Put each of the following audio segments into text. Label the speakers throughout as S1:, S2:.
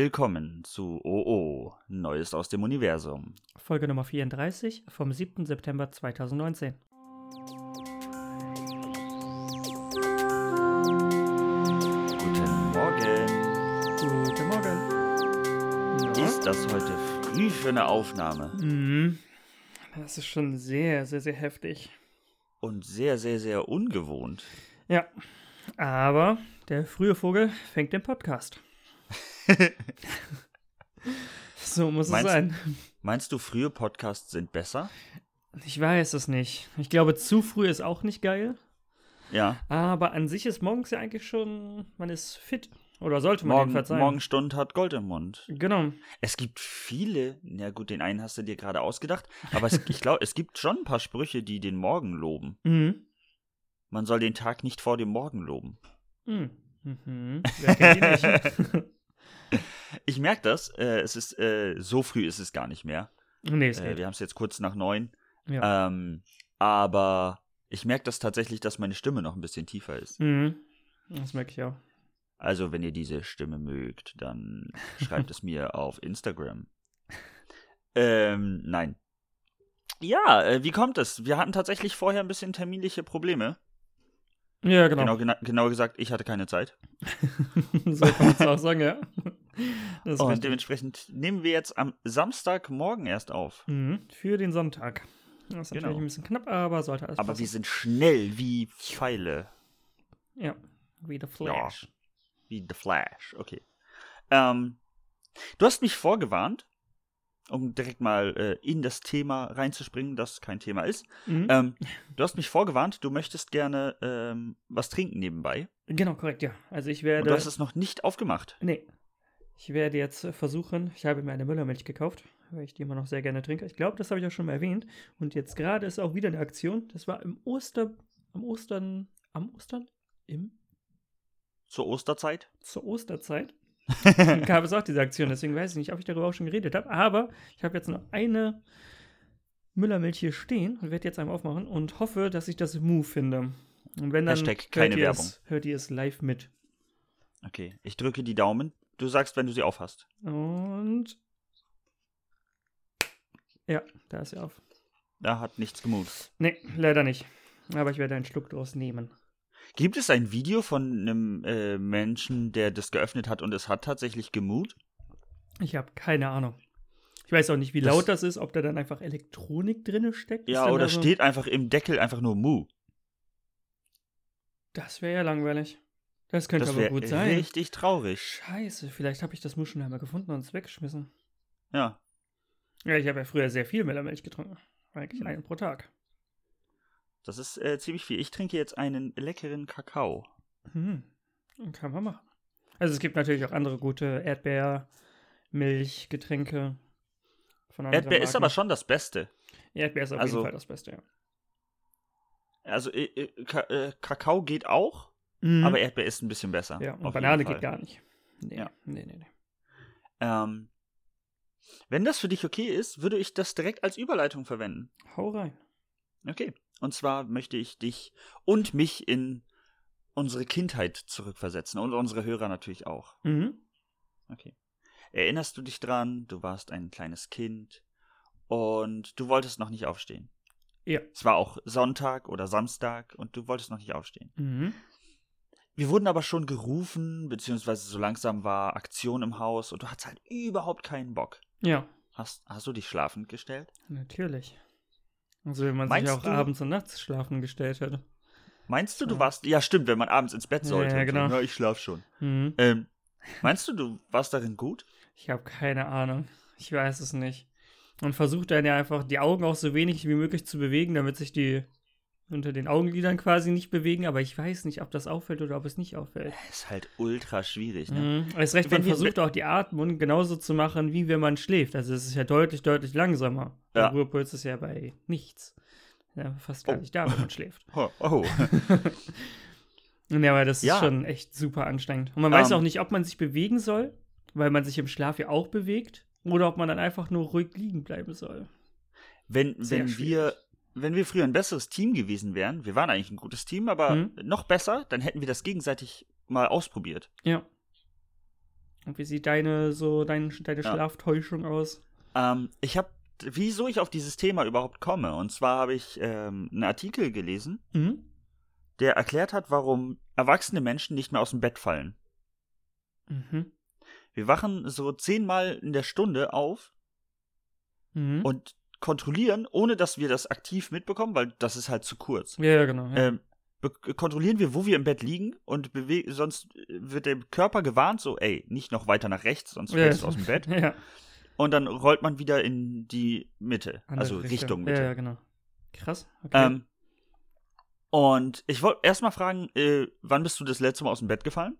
S1: Willkommen zu OO, Neues aus dem Universum.
S2: Folge Nummer 34 vom 7. September 2019.
S1: Guten Morgen.
S2: Guten Morgen.
S1: Ist das heute früh für eine Aufnahme?
S2: Mhm. Das ist schon sehr, sehr, sehr heftig.
S1: Und sehr, sehr, sehr ungewohnt.
S2: Ja, aber der frühe Vogel fängt den Podcast. so muss
S1: Meinst-
S2: es sein.
S1: Meinst du, frühe Podcasts sind besser?
S2: Ich weiß es nicht. Ich glaube, zu früh ist auch nicht geil.
S1: Ja.
S2: Aber an sich ist morgens ja eigentlich schon, man ist fit. Oder sollte man
S1: Morgen,
S2: jedenfalls sein.
S1: Morgenstund hat Gold im Mund.
S2: Genau.
S1: Es gibt viele, na gut, den einen hast du dir gerade ausgedacht, aber es, ich glaube, es gibt schon ein paar Sprüche, die den Morgen loben.
S2: Mhm.
S1: Man soll den Tag nicht vor dem Morgen loben.
S2: Mhm. Mhm. Wer kennt die nicht?
S1: Ich merke das, äh, es ist, äh, so früh ist es gar nicht mehr.
S2: Nee, es
S1: Äh,
S2: geht.
S1: wir haben es jetzt kurz nach neun.
S2: Ja.
S1: Ähm, aber ich merke das tatsächlich, dass meine Stimme noch ein bisschen tiefer ist.
S2: Mhm. Das merke ich auch.
S1: Also, wenn ihr diese Stimme mögt, dann schreibt es mir auf Instagram. Ähm, nein. Ja, äh, wie kommt es? Wir hatten tatsächlich vorher ein bisschen terminliche Probleme.
S2: Ja,
S1: Genau,
S2: genau.
S1: gena genau gesagt, ich hatte keine Zeit.
S2: so kann man es auch sagen, ja. Das ist
S1: Und
S2: richtig.
S1: dementsprechend nehmen wir jetzt am Samstagmorgen erst auf.
S2: Mhm. Für den Sonntag. Das ist
S1: Genau.
S2: natürlich ein bisschen knapp, aber sollte alles
S1: Aber wir
S2: passen.
S1: sind schnell wie Pfeile.
S2: Ja, wie The Flash.
S1: Wie The Flash, okay. Ähm, du hast mich vorgewarnt, um direkt mal äh, in das Thema reinzuspringen, das kein Thema ist.
S2: Mhm.
S1: Ähm, du hast mich vorgewarnt, du möchtest gerne ähm, was trinken nebenbei.
S2: Genau, korrekt, ja. Also ich
S1: Und
S2: werde.
S1: du hast es noch nicht aufgemacht.
S2: nee. Ich werde jetzt äh, versuchen, ich habe mir eine Müllermilch gekauft, weil ich die immer noch sehr gerne trinke. Ich glaube, das habe ich auch schon mal erwähnt. Und jetzt gerade ist auch wieder eine Aktion. Das war im Oster. Am Ostern. Am Ostern? Im
S1: Zur Osterzeit.
S2: zur Osterzeit gab es auch diese Aktion. Deswegen weiß ich nicht, ob ich darüber auch schon geredet habe. Aber ich habe jetzt noch eine Müllermilch hier stehen und werde jetzt einmal aufmachen und hoffe, dass ich das Mu finde. Und wenn dann
S1: Hashtag
S2: hört
S1: keine
S2: ihr
S1: Werbung.
S2: Es, hört ihr es live mit.
S1: Okay, ich drücke die Daumen. Du sagst, wenn du sie aufhast.
S2: Und ja, da ist sie auf.
S1: Da hat nichts gemoved.
S2: Nee, leider nicht. Aber ich werde einen Schluck draus nehmen.
S1: Gibt es ein Video von einem äh, Menschen, der das geöffnet hat und es hat tatsächlich gemoved?
S2: Ich habe keine Ahnung. Ich weiß auch nicht, wie
S1: Das-
S2: laut das ist, ob da dann einfach Elektronik drinne steckt. Ist also
S1: Ja,
S2: dann
S1: oder
S2: da so-
S1: steht einfach im Deckel einfach nur Mu?
S2: Das wäre ja langweilig. Das könnte
S1: das
S2: aber
S1: wäre
S2: gut sein.
S1: richtig traurig.
S2: Scheiße, vielleicht habe ich das Muscheln einmal gefunden und es weggeschmissen.
S1: Ja.
S2: Ja, ich habe ja früher sehr viel Mellermilch getrunken. Eigentlich
S1: Hm.
S2: einen pro Tag.
S1: Das ist äh, ziemlich viel. Ich trinke jetzt einen leckeren Kakao.
S2: Hm. Kann man machen. Also es gibt natürlich auch andere gute Erdbeer, Milch, Getränke. Von anderen
S1: Erdbeer ist aber
S2: Marken.
S1: schon das Beste.
S2: Erdbeer ist auf
S1: also-
S2: jeden Fall das Beste, ja.
S1: Also äh, äh, Ka äh, Kakao geht auch, Mhm. aber Erdbeer ist ein bisschen besser.
S2: Mhm. ja, und
S1: auf
S2: Banane
S1: jeden Fall.
S2: geht gar nicht. Nee,
S1: Ja.
S2: nee, nee, nee.
S1: Ähm, wenn das für dich okay ist, würde ich das direkt als Überleitung verwenden.
S2: Hau rein.
S1: Okay. Und zwar möchte ich dich und mich in unsere Kindheit zurückversetzen und unsere Hörer natürlich auch.
S2: Mhm.
S1: Okay. Erinnerst du dich dran, du warst ein kleines Kind und du wolltest noch nicht aufstehen?
S2: Ja.
S1: Es war auch Sonntag oder Samstag und du wolltest noch nicht aufstehen.
S2: Mhm.
S1: Wir wurden aber schon gerufen, beziehungsweise so langsam war Aktion im Haus und du hattest halt überhaupt keinen Bock.
S2: Ja,
S1: Hast, hast du dich schlafend gestellt?
S2: natürlich. Also wenn man
S1: Meinst
S2: sich auch
S1: du-
S2: abends und nachts schlafen gestellt hätte.
S1: Meinst du, du
S2: Ja.
S1: warst. Ja, stimmt, wenn man abends ins Bett
S2: Hm. Ja,
S1: sollte.
S2: ja,
S1: und so,
S2: genau.
S1: Na, ich schlaf schon.
S2: Mhm.
S1: Ähm, meinst du, du warst darin gut?
S2: Ich habe keine Ahnung. Ich weiß es nicht. Man versucht dann ja einfach, die Augen auch so wenig wie möglich zu bewegen, damit sich die unter den Augenlidern quasi nicht bewegen. Aber ich weiß nicht, ob das auffällt oder ob es nicht auffällt.
S1: Ist halt ultra schwierig, ne?
S2: Mhm. Aber ist recht,
S1: Wenn
S2: man
S1: wir-
S2: versucht auch die Atmung genauso zu machen, wie wenn man schläft. Also es ist ja deutlich, deutlich langsamer. Der
S1: Ja.
S2: Ruhepuls ist ja bei nichts. Ja, fast gar
S1: Oh.
S2: nicht da, wenn man schläft.
S1: Oh, oh.
S2: Ja, aber das
S1: Ja.
S2: ist schon echt super anstrengend. Und man weiß
S1: Ähm.
S2: auch nicht, ob man sich bewegen soll, weil man sich im Schlaf ja auch bewegt, oder ob man dann einfach nur ruhig liegen bleiben soll.
S1: Wenn,
S2: Sehr
S1: wenn wir, wenn wir früher ein besseres Team gewesen wären, wir waren eigentlich ein gutes Team, aber
S2: Mhm.
S1: noch besser, dann hätten wir das gegenseitig mal ausprobiert.
S2: Ja. Und wie sieht deine, so, dein, deine
S1: Ja.
S2: Schlaftäuschung aus?
S1: Ähm, ich habe, wieso ich auf dieses Thema überhaupt komme. Und zwar habe ich ähm, einen Artikel gelesen,
S2: Mhm.
S1: der erklärt hat, warum erwachsene Menschen nicht mehr aus dem Bett fallen.
S2: Mhm.
S1: Wir wachen so zehnmal in der Stunde auf
S2: Mhm.
S1: und kontrollieren, ohne dass wir das aktiv mitbekommen, weil das ist halt zu kurz.
S2: ja, ja, genau. Ja.
S1: Ähm, be- kontrollieren wir, wo wir im Bett liegen und bewe- sonst wird der Körper gewarnt, so, ey, nicht noch weiter nach rechts, sonst
S2: Ja.
S1: fällst du aus dem Bett.
S2: ja,
S1: Und dann rollt man wieder in die Mitte,
S2: andere
S1: also Richtung Mitte.
S2: Ja, ja, genau. Krass. Okay.
S1: Ähm, und ich wollte erstmal fragen, äh, wann bist du das letzte Mal aus dem Bett gefallen?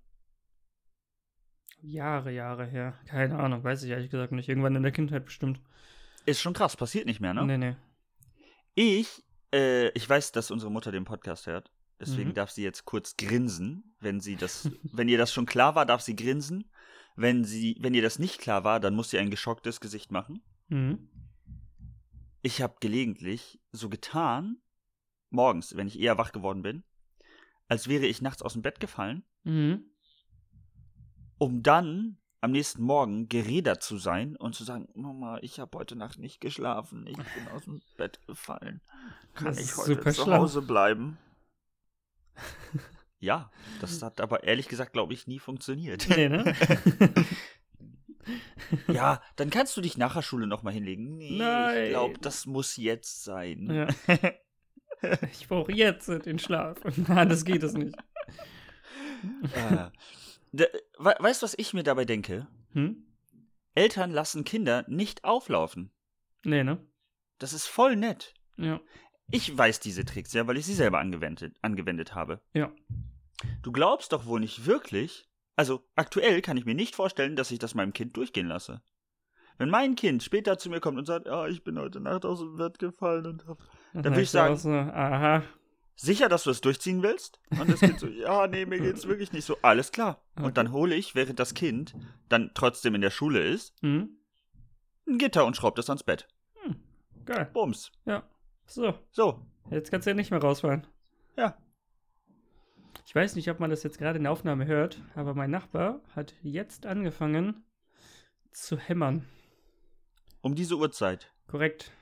S2: Jahre, Jahre her. Keine Ahnung, weiß ich ehrlich gesagt nicht. Irgendwann in der Kindheit bestimmt.
S1: Ist schon krass, passiert nicht mehr, ne?
S2: Nee, nee.
S1: Ich, äh, ich weiß, dass unsere Mutter den Podcast hört. Deswegen
S2: Mhm.
S1: darf sie jetzt kurz grinsen, wenn sie das, wenn ihr das schon klar war, darf sie grinsen. Wenn sie, wenn ihr das nicht klar war, dann muss sie ein geschocktes Gesicht machen.
S2: Mhm.
S1: Ich habe gelegentlich so getan, morgens, wenn ich eher wach geworden bin, als wäre ich nachts aus dem Bett gefallen,
S2: Mhm.
S1: um dann am nächsten Morgen gerädert zu sein und zu sagen, Mama, ich habe heute Nacht nicht geschlafen, ich bin aus dem Bett gefallen. Kann
S2: Das
S1: ich
S2: ist
S1: heute
S2: super
S1: zu
S2: schlau.
S1: Hause bleiben? ja, das hat aber ehrlich gesagt, glaube ich, nie funktioniert.
S2: Hm. Nee, ne?
S1: ja, dann kannst du dich nach der Schule nochmal hinlegen. Nee,
S2: Nein.
S1: ich glaube, das muss jetzt sein.
S2: ja. Ich brauche jetzt den Schlaf. Na, das geht es nicht.
S1: Äh, da- we- weißt du, was ich mir dabei denke?
S2: Hm?
S1: Eltern lassen Kinder nicht auflaufen.
S2: Nee, ne?
S1: Das ist voll nett.
S2: Ja.
S1: Ich weiß diese Tricks ja, weil ich sie selber angewendet, angewendet habe.
S2: Ja.
S1: Du glaubst doch wohl nicht wirklich. Also aktuell kann ich mir nicht vorstellen, dass ich das meinem Kind durchgehen lasse. Wenn mein Kind später zu mir kommt und sagt, ja, ich bin heute Nacht aus dem Bett gefallen und hab.
S2: Dann
S1: würde ich sagen-
S2: So, aha.
S1: Sicher, dass du es durchziehen willst? Und das Kind so, ja, nee, mir geht's wirklich nicht so. Alles klar.
S2: Okay.
S1: Und dann hole ich, während das Kind dann trotzdem in der Schule ist,
S2: Hm?
S1: ein Gitter und schraub das ans Bett.
S2: Geil.
S1: Bums.
S2: Ja. So,
S1: So.
S2: jetzt kannst du ja nicht mehr rausfahren.
S1: Ja.
S2: Ich weiß nicht, ob man das jetzt gerade in der Aufnahme hört, aber mein Nachbar hat jetzt angefangen zu hämmern.
S1: Um diese Uhrzeit.
S2: Korrekt.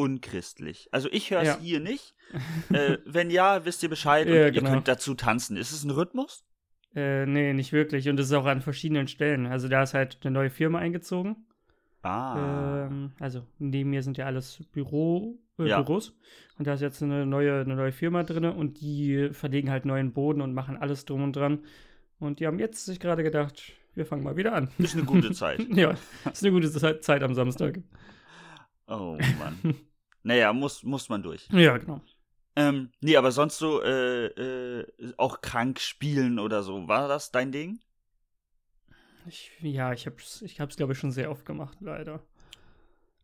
S1: unchristlich. Also ich höre es
S2: Ja.
S1: hier nicht. äh, wenn ja, wisst ihr Bescheid
S2: Ja,
S1: und
S2: genau.
S1: ihr könnt dazu tanzen. Ist es ein Rhythmus?
S2: Äh, nee, nicht wirklich. Und es ist auch an verschiedenen Stellen. Also da ist halt eine neue Firma eingezogen.
S1: Ah.
S2: Ähm, also neben mir sind ja alles Büro, äh,
S1: Ja.
S2: Büros und da ist jetzt eine neue, eine neue Firma drin und die verlegen halt neuen Boden und machen alles drum und dran. Und die haben jetzt sich gerade gedacht, wir fangen mal wieder an.
S1: Ist eine gute Zeit.
S2: ja, ist eine gute Ze- Zeit am Samstag.
S1: Oh Mann. Naja, muss, muss man durch.
S2: Ja, genau.
S1: Ähm, nee, aber sonst so äh, äh, auch krank spielen oder so. War das dein Ding?
S2: Ich, ja, ich hab's, ich hab's, glaube ich, schon sehr oft gemacht, leider.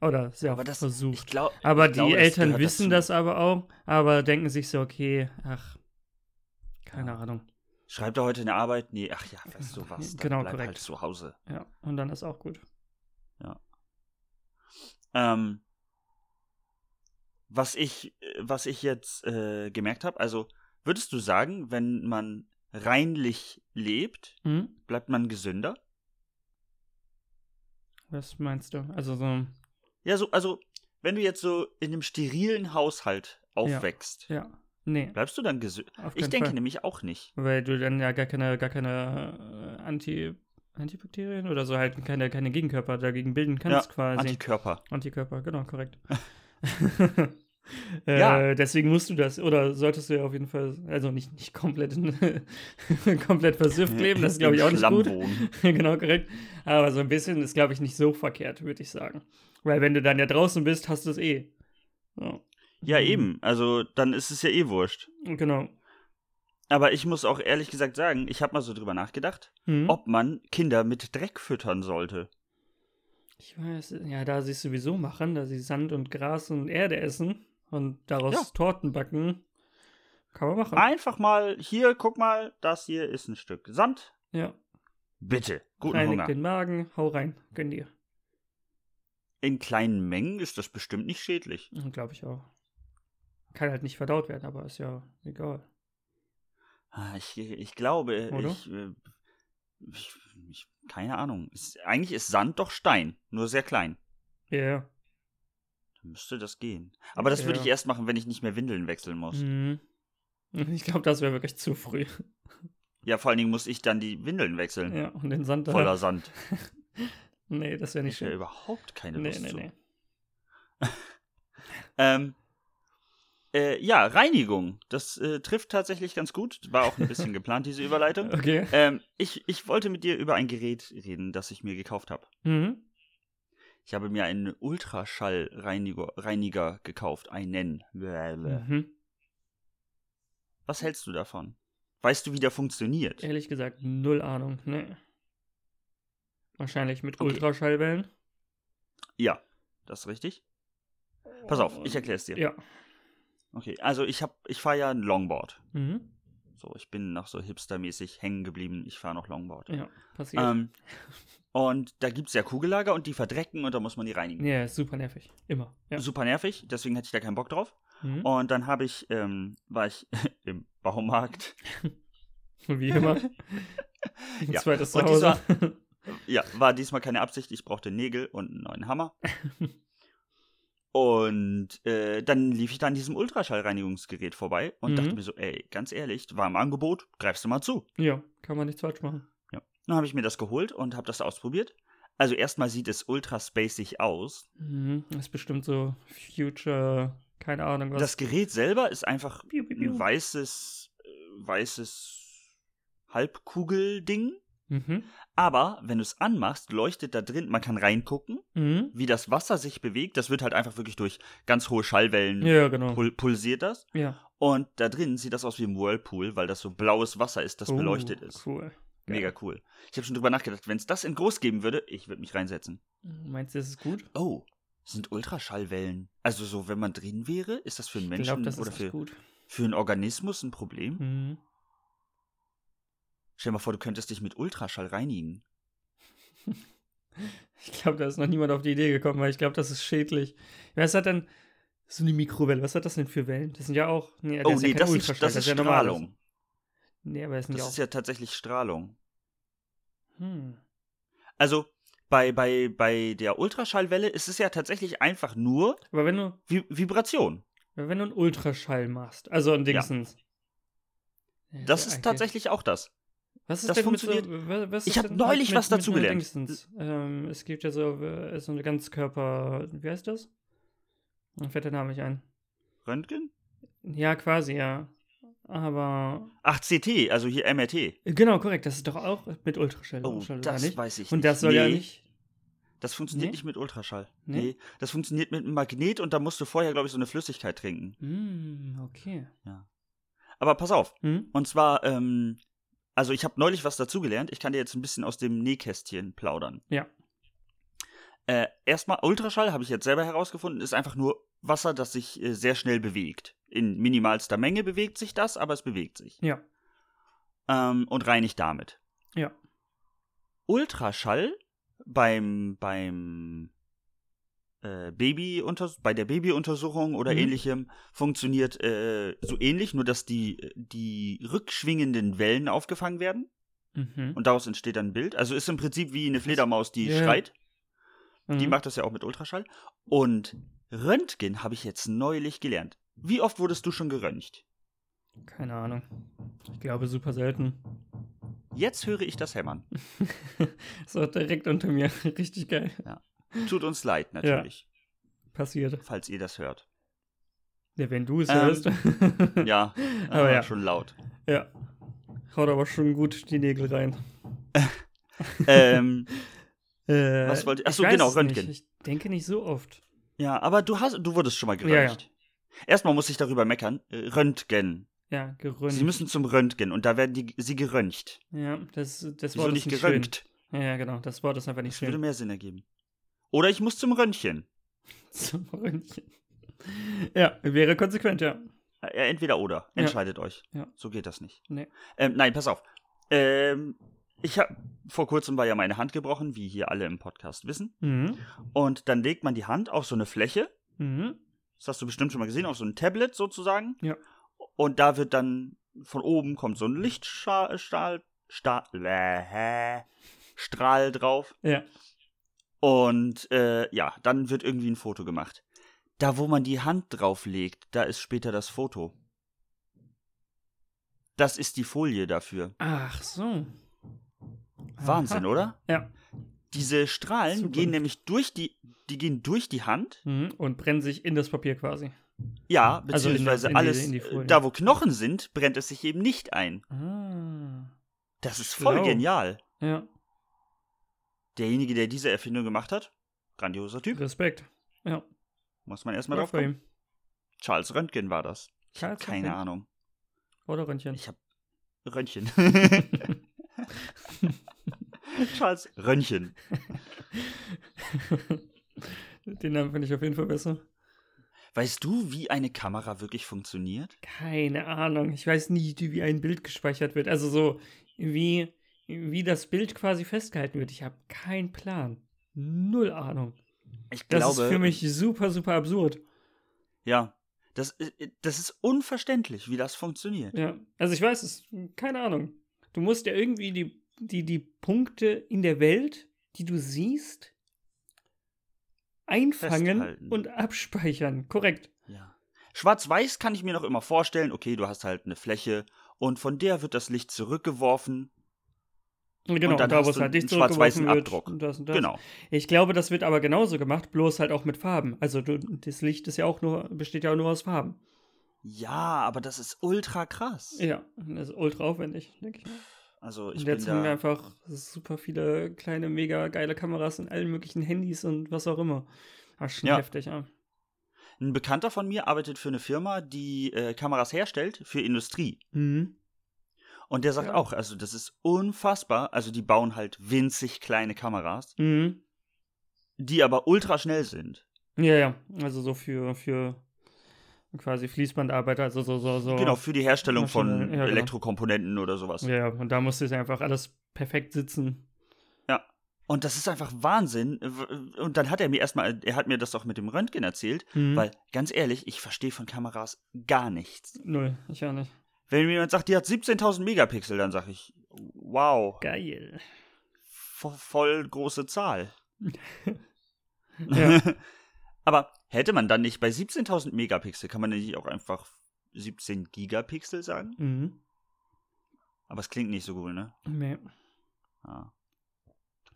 S2: Oder sehr
S1: Aber
S2: oft
S1: das- Ich
S2: versucht.
S1: glaube.
S2: Aber
S1: ich glaube,
S2: die
S1: das
S2: Eltern
S1: gehört dazu.
S2: wissen das aber auch, aber denken sich so, okay, ach, keine
S1: Ja.
S2: Ahnung.
S1: Schreibt er heute eine Arbeit? Nee, ach ja, weißt du was? Dann
S2: Genau,
S1: bleib
S2: korrekt.
S1: halt zu Hause.
S2: Ja, und dann ist auch gut.
S1: Ähm, was ich, äh, was ich jetzt äh, gemerkt habe, also würdest du sagen, wenn man reinlich lebt,
S2: Hm?
S1: bleibt man gesünder?
S2: Was meinst du? Also so,
S1: Ja, so, also wenn du jetzt so in einem sterilen Haushalt aufwächst,
S2: ja. Nee,
S1: bleibst du dann gesünder?
S2: auf
S1: Ich
S2: keinen
S1: denke
S2: Fall.
S1: nämlich auch nicht.
S2: Weil du dann ja gar keine, gar keine äh, Anti, Antibakterien oder so halt keine, keine Gegenkörper dagegen bilden kannst quasi.
S1: Antikörper.
S2: Antikörper, genau, korrekt.
S1: Ja.
S2: Äh, deswegen musst du das, oder solltest du ja auf jeden Fall, also nicht, nicht komplett, in- komplett versifft leben, das ist, glaube ich,
S1: Im
S2: auch nicht
S1: Schlamm
S2: gut.
S1: wohnen.
S2: genau, korrekt. Aber so ein bisschen ist, glaube ich, nicht so verkehrt, würde ich sagen. Weil wenn du dann ja draußen bist, hast du es eh. Ja.
S1: Ja,
S2: Mhm.
S1: eben. Also dann ist es ja eh wurscht.
S2: Genau.
S1: Aber ich muss auch ehrlich gesagt sagen, ich habe mal so drüber nachgedacht,
S2: Mhm.
S1: ob man Kinder mit Dreck füttern sollte.
S2: Ich weiß, ja, da sie es sowieso machen, da sie Sand und Gras und Erde essen und daraus
S1: Ja.
S2: Torten backen, kann man machen.
S1: Einfach mal hier, guck mal, das hier ist ein Stück Sand.
S2: Ja,
S1: Bitte, guten
S2: reinigt
S1: Hunger.
S2: den Magen, hau rein, gönn dir.
S1: In kleinen Mengen ist das bestimmt nicht schädlich.
S2: Glaube ich auch. Kann halt nicht verdaut werden, aber ist ja egal.
S1: Ah, Ich, ich glaube,
S2: Oder?
S1: ich äh, Ich, ich, keine Ahnung. Ist, eigentlich ist Sand doch Stein, nur sehr klein.
S2: Ja, ja.
S1: Dann müsste das gehen. Aber das würde
S2: Ja.
S1: ich erst machen, wenn ich nicht mehr Windeln wechseln muss.
S2: Mhm. Ich glaube, das wäre wirklich zu früh.
S1: Ja, vor allen Dingen muss ich dann die Windeln wechseln.
S2: Ja, und den Sand
S1: Voller
S2: da.
S1: Sand.
S2: Nee, das wäre nicht
S1: Ich ja
S2: schön.
S1: überhaupt keine
S2: Nee,
S1: Lust
S2: nee,
S1: zu.
S2: nee.
S1: Ähm, äh, ja, Reinigung. Das äh, trifft tatsächlich ganz gut. War auch ein bisschen geplant, diese Überleitung.
S2: Okay.
S1: Ähm, ich, ich wollte mit dir über ein Gerät reden, das ich mir gekauft habe.
S2: Mhm.
S1: Ich habe mir einen Ultraschallreiniger Reiniger gekauft. Einen. Bläh.
S2: Mhm.
S1: Was hältst du davon? Weißt du, wie der funktioniert?
S2: Ehrlich gesagt, null Ahnung. Nee. Wahrscheinlich mit
S1: Okay.
S2: Ultraschallwellen.
S1: Ja, das ist richtig. Pass auf, ich erkläre es dir.
S2: Ja.
S1: Okay, also ich hab, ich fahre ja ein Longboard.
S2: Mhm.
S1: So, ich bin noch so hipstermäßig hängen geblieben. Ich fahre noch Longboard.
S2: Ja, passiert.
S1: Ähm, und da gibt es ja Kugellager und die verdrecken und da muss man die reinigen.
S2: ja, ist super nervig. Immer. Ja.
S1: Super nervig, deswegen hatte ich da keinen Bock drauf.
S2: Mhm.
S1: Und dann habe ich, ähm, war ich im Baumarkt.
S2: Wie immer. Ein
S1: Ja.
S2: zweites
S1: Und
S2: Zuhause.
S1: Ja, war diesmal keine Absicht, ich brauchte Nägel und einen neuen Hammer. Und äh, dann lief ich da an diesem Ultraschallreinigungsgerät vorbei und
S2: Mhm.
S1: dachte mir so, ey, ganz ehrlich, war im Angebot, greifst du mal zu.
S2: ja, kann man nichts falsch machen.
S1: Dann habe ich mir das geholt und habe das ausprobiert. Also erstmal sieht es ultra spacig aus.
S2: Mhm. Das ist bestimmt so Future, keine Ahnung was.
S1: Das Gerät selber ist einfach
S2: Piu, piu, piu.
S1: ein weißes, äh, weißes Halbkugelding.
S2: Mhm.
S1: Aber wenn du es anmachst, leuchtet da drin, man kann reingucken,
S2: Mhm.
S1: wie das Wasser sich bewegt. Das wird halt einfach wirklich durch ganz hohe Schallwellen
S2: Ja, genau.
S1: pul pulsiert das.
S2: Ja.
S1: Und da drin sieht das aus wie ein Whirlpool, weil das so blaues Wasser ist, das
S2: Oh,
S1: beleuchtet ist.
S2: Cool.
S1: Mega cool. Ich habe schon drüber nachgedacht, wenn es das in groß geben würde, ich würde mich reinsetzen.
S2: Meinst du, das ist gut?
S1: Oh, sind Ultraschallwellen. Also so, wenn man drin wäre, ist das für einen
S2: ich
S1: Menschen
S2: glaube, das
S1: oder
S2: ist
S1: für,
S2: nicht gut.
S1: für einen Organismus ein Problem?
S2: Mhm.
S1: Stell dir mal vor, du könntest dich mit Ultraschall reinigen.
S2: Ich glaube, da ist noch niemand auf die Idee gekommen, weil ich glaube, das ist schädlich. Was hat denn so eine Mikrowelle? Was hat das denn für Wellen? Das sind ja auch. Nee,
S1: oh
S2: ist
S1: nee,
S2: ja kein
S1: das,
S2: Ultraschall,
S1: ist, das ist
S2: ja normales.
S1: Strahlung.
S2: Nee, aber das sind
S1: Das
S2: ja
S1: ist
S2: auch.
S1: ja tatsächlich Strahlung.
S2: Hm.
S1: Also bei, bei, bei der Ultraschallwelle ist es ja tatsächlich einfach nur
S2: Aber wenn du,
S1: Vi Vibration.
S2: wenn du einen Ultraschall machst, also ein Dingsens. Ja,
S1: Das ist
S2: okay.
S1: tatsächlich auch das.
S2: Was ist
S1: das
S2: denn mit so,
S1: funktioniert-
S2: wa- was
S1: Ich
S2: ist
S1: hab
S2: denn
S1: neulich
S2: mit,
S1: was
S2: mit
S1: dazu
S2: einer
S1: gelernt.
S2: Dingsens? Ähm, es gibt ja so, äh, so eine Ganzkörper. Wie heißt das? Mir fällt der Name nicht ein.
S1: Röntgen?
S2: Ja, quasi, ja. Aber
S1: Ach, CT, also hier MRT.
S2: Genau, korrekt. Das ist doch auch mit Ultraschall.
S1: Oh,
S2: Ultraschall,
S1: das
S2: oder nicht?
S1: weiß ich
S2: Und
S1: nicht.
S2: das soll ja
S1: Nee.
S2: nicht.
S1: Das funktioniert
S2: Nee?
S1: nicht mit Ultraschall.
S2: Nee?
S1: Nee. Das funktioniert mit einem Magnet und da musst du vorher, glaube ich, so eine Flüssigkeit trinken.
S2: Hm, okay.
S1: Aber pass auf.
S2: Hm?
S1: Und zwar, ähm, also ich habe neulich was dazugelernt. Ich kann dir jetzt ein bisschen aus dem Nähkästchen plaudern.
S2: Ja.
S1: Äh, erstmal, Ultraschall, habe ich jetzt selber herausgefunden, ist einfach nur Wasser, das sich äh, sehr schnell bewegt. In minimalster Menge bewegt sich das, aber es bewegt sich.
S2: Ja.
S1: Ähm, und reinigt damit.
S2: Ja.
S1: Ultraschall beim, beim äh, Babyunter bei der Babyuntersuchung oder
S2: Mhm.
S1: ähnlichem funktioniert äh, so ähnlich, nur dass die, die rückschwingenden Wellen aufgefangen werden
S2: Mhm.
S1: und daraus entsteht dann ein Bild. Also ist im Prinzip wie eine Fledermaus, die
S2: Ja, ja.
S1: schreit. Die
S2: Mhm.
S1: macht das ja auch mit Ultraschall. Und Röntgen habe ich jetzt neulich gelernt. Wie oft wurdest du schon geröntgt?
S2: Keine Ahnung. Ich glaube, super selten.
S1: Jetzt höre ich das Hämmern.
S2: Ist auch direkt unter mir. Richtig geil.
S1: Tut uns leid, natürlich,
S2: Passiert.
S1: falls ihr das hört.
S2: Ja, wenn du es
S1: Ähm,
S2: hörst.
S1: Ja,
S2: Aber
S1: äh,
S2: ja.
S1: schon laut.
S2: ja. Haut aber schon gut die Nägel rein.
S1: ähm,
S2: Äh,
S1: Was wollte- Ach so,
S2: weiß
S1: genau,
S2: es nicht.
S1: Röntgen.
S2: Ich denke nicht so oft.
S1: ja, aber du hast, du wurdest schon mal
S2: Ja, ja.
S1: geröntgt. Erstmal muss ich darüber meckern. Äh, Röntgen.
S2: Ja, geröntgt.
S1: Sie müssen zum Röntgen und da werden die, sie geröntgt.
S2: ja, das, das
S1: Wieso
S2: Wort
S1: nicht
S2: ist nicht schön.
S1: geröntgt?
S2: Ja, ja, genau. Das Wort ist einfach nicht
S1: Das würde
S2: schön.
S1: mehr Sinn ergeben. Oder ich muss zum Röntgen.
S2: Zum Röntgen. Ja, wäre konsequent, ja.
S1: Äh, Entweder oder.
S2: Ja.
S1: Entscheidet euch.
S2: Ja.
S1: So geht das nicht.
S2: Nee.
S1: Ähm, nein, pass auf. Ähm, ich habe vor kurzem war ja meine Hand gebrochen, wie hier alle im Podcast wissen.
S2: Mhm.
S1: Und dann legt man die Hand auf so eine Fläche.
S2: Mhm.
S1: Das hast du bestimmt schon mal gesehen, auf so ein Tablet sozusagen.
S2: Ja.
S1: Und da wird dann von oben kommt so ein Lichtstrahl, Stahl, Sta Lähä- Strahl drauf.
S2: Ja.
S1: Und äh, ja, dann wird irgendwie ein Foto gemacht. Da, wo man die Hand drauflegt, da ist später das Foto. Das ist die Folie dafür.
S2: Ach so.
S1: Wahnsinn,
S2: Aha.
S1: oder?
S2: Ja.
S1: Diese Strahlen
S2: Super.
S1: gehen nämlich durch die, die gehen durch die Hand.
S2: Mhm. Und brennen sich in das Papier quasi.
S1: Ja,
S2: Also in die-
S1: beziehungsweise
S2: in die-
S1: alles,
S2: in die
S1: äh,
S2: Folie.
S1: da wo Knochen sind, brennt es sich eben nicht ein.
S2: Ah.
S1: Das ist voll
S2: Schlau.
S1: genial.
S2: Ja.
S1: Derjenige, der diese Erfindung gemacht hat, grandioser Typ,
S2: Respekt. Ja.
S1: muss man erstmal
S2: Mal
S1: drauf
S2: vor
S1: kommen.
S2: ihm.
S1: Charles Röntgen war das. Ich hab
S2: Charles
S1: keine
S2: Röntgen?
S1: Ahnung.
S2: Oder Röntgen.
S1: Ich habe Röntgen. Charles Röntgen.
S2: Den Namen finde ich auf jeden Fall besser.
S1: Weißt du, wie eine Kamera wirklich funktioniert?
S2: Keine Ahnung. Ich weiß nie, wie ein Bild gespeichert wird. Also so, wie, wie das Bild quasi festgehalten wird. Ich habe keinen Plan. Null Ahnung.
S1: Ich
S2: Das
S1: glaube, äh,
S2: ist für mich super, super absurd.
S1: ja, das, äh, das ist unverständlich, wie das funktioniert.
S2: Ja. Also ich weiß es. Keine Ahnung. Du musst ja irgendwie die, die, die Punkte in der Welt, die du siehst, einfangen
S1: Festhalten.
S2: und abspeichern. Korrekt.
S1: Ja. Schwarz-Weiß kann ich mir noch immer vorstellen. Okay, du hast halt eine Fläche und von der wird das Licht zurückgeworfen.
S2: Genau,
S1: Und dann
S2: da
S1: hast
S2: wo es
S1: du
S2: halt nicht
S1: einen schwarz-weißen
S2: zurückgeworfen wird.
S1: Abdruck.
S2: Und das und das.
S1: Genau.
S2: Ich glaube, das wird aber genauso gemacht, bloß halt auch mit Farben. Also du, das Licht ist ja auch nur, besteht ja auch nur aus Farben.
S1: Ja, aber das ist ultra krass.
S2: Ja, das ist ultra aufwendig, denke ich. mal.
S1: Also ich
S2: Und
S1: bin
S2: jetzt haben wir
S1: da.
S2: einfach super viele kleine, mega geile Kameras in allen möglichen Handys und was auch immer. Aber schon
S1: Ja.
S2: heftig, ja.
S1: Ein Bekannter von mir arbeitet für eine Firma, die äh, Kameras herstellt für Industrie.
S2: Mhm.
S1: Und der sagt
S2: Ja.
S1: auch, also das ist unfassbar. Also die bauen halt winzig kleine Kameras,
S2: Mhm.
S1: die aber ultra schnell sind.
S2: Ja, ja. Also so für, für quasi Fließbandarbeiter, also so, so, so.
S1: Genau, für die Herstellung
S2: Maschinen,
S1: von
S2: ja, genau.
S1: Elektrokomponenten oder sowas.
S2: Ja, ja. Und da musste es einfach alles perfekt sitzen.
S1: Und das ist einfach Wahnsinn. Und dann hat er mir erstmal, er hat mir das auch mit dem Röntgen erzählt,
S2: Mhm.
S1: weil ganz ehrlich, ich verstehe von Kameras gar nichts.
S2: Null, ich auch nicht.
S1: Wenn mir jemand sagt, die hat 17.000 Megapixel, dann sage ich, wow,
S2: Geil.
S1: vo- voll große Zahl.
S2: Ja.
S1: Aber hätte man dann nicht bei 17.000 Megapixel, kann man nicht auch einfach 17 Gigapixel sagen?
S2: mhm.
S1: Aber es klingt nicht so cool, ne? Ah.
S2: Nee.
S1: Ja,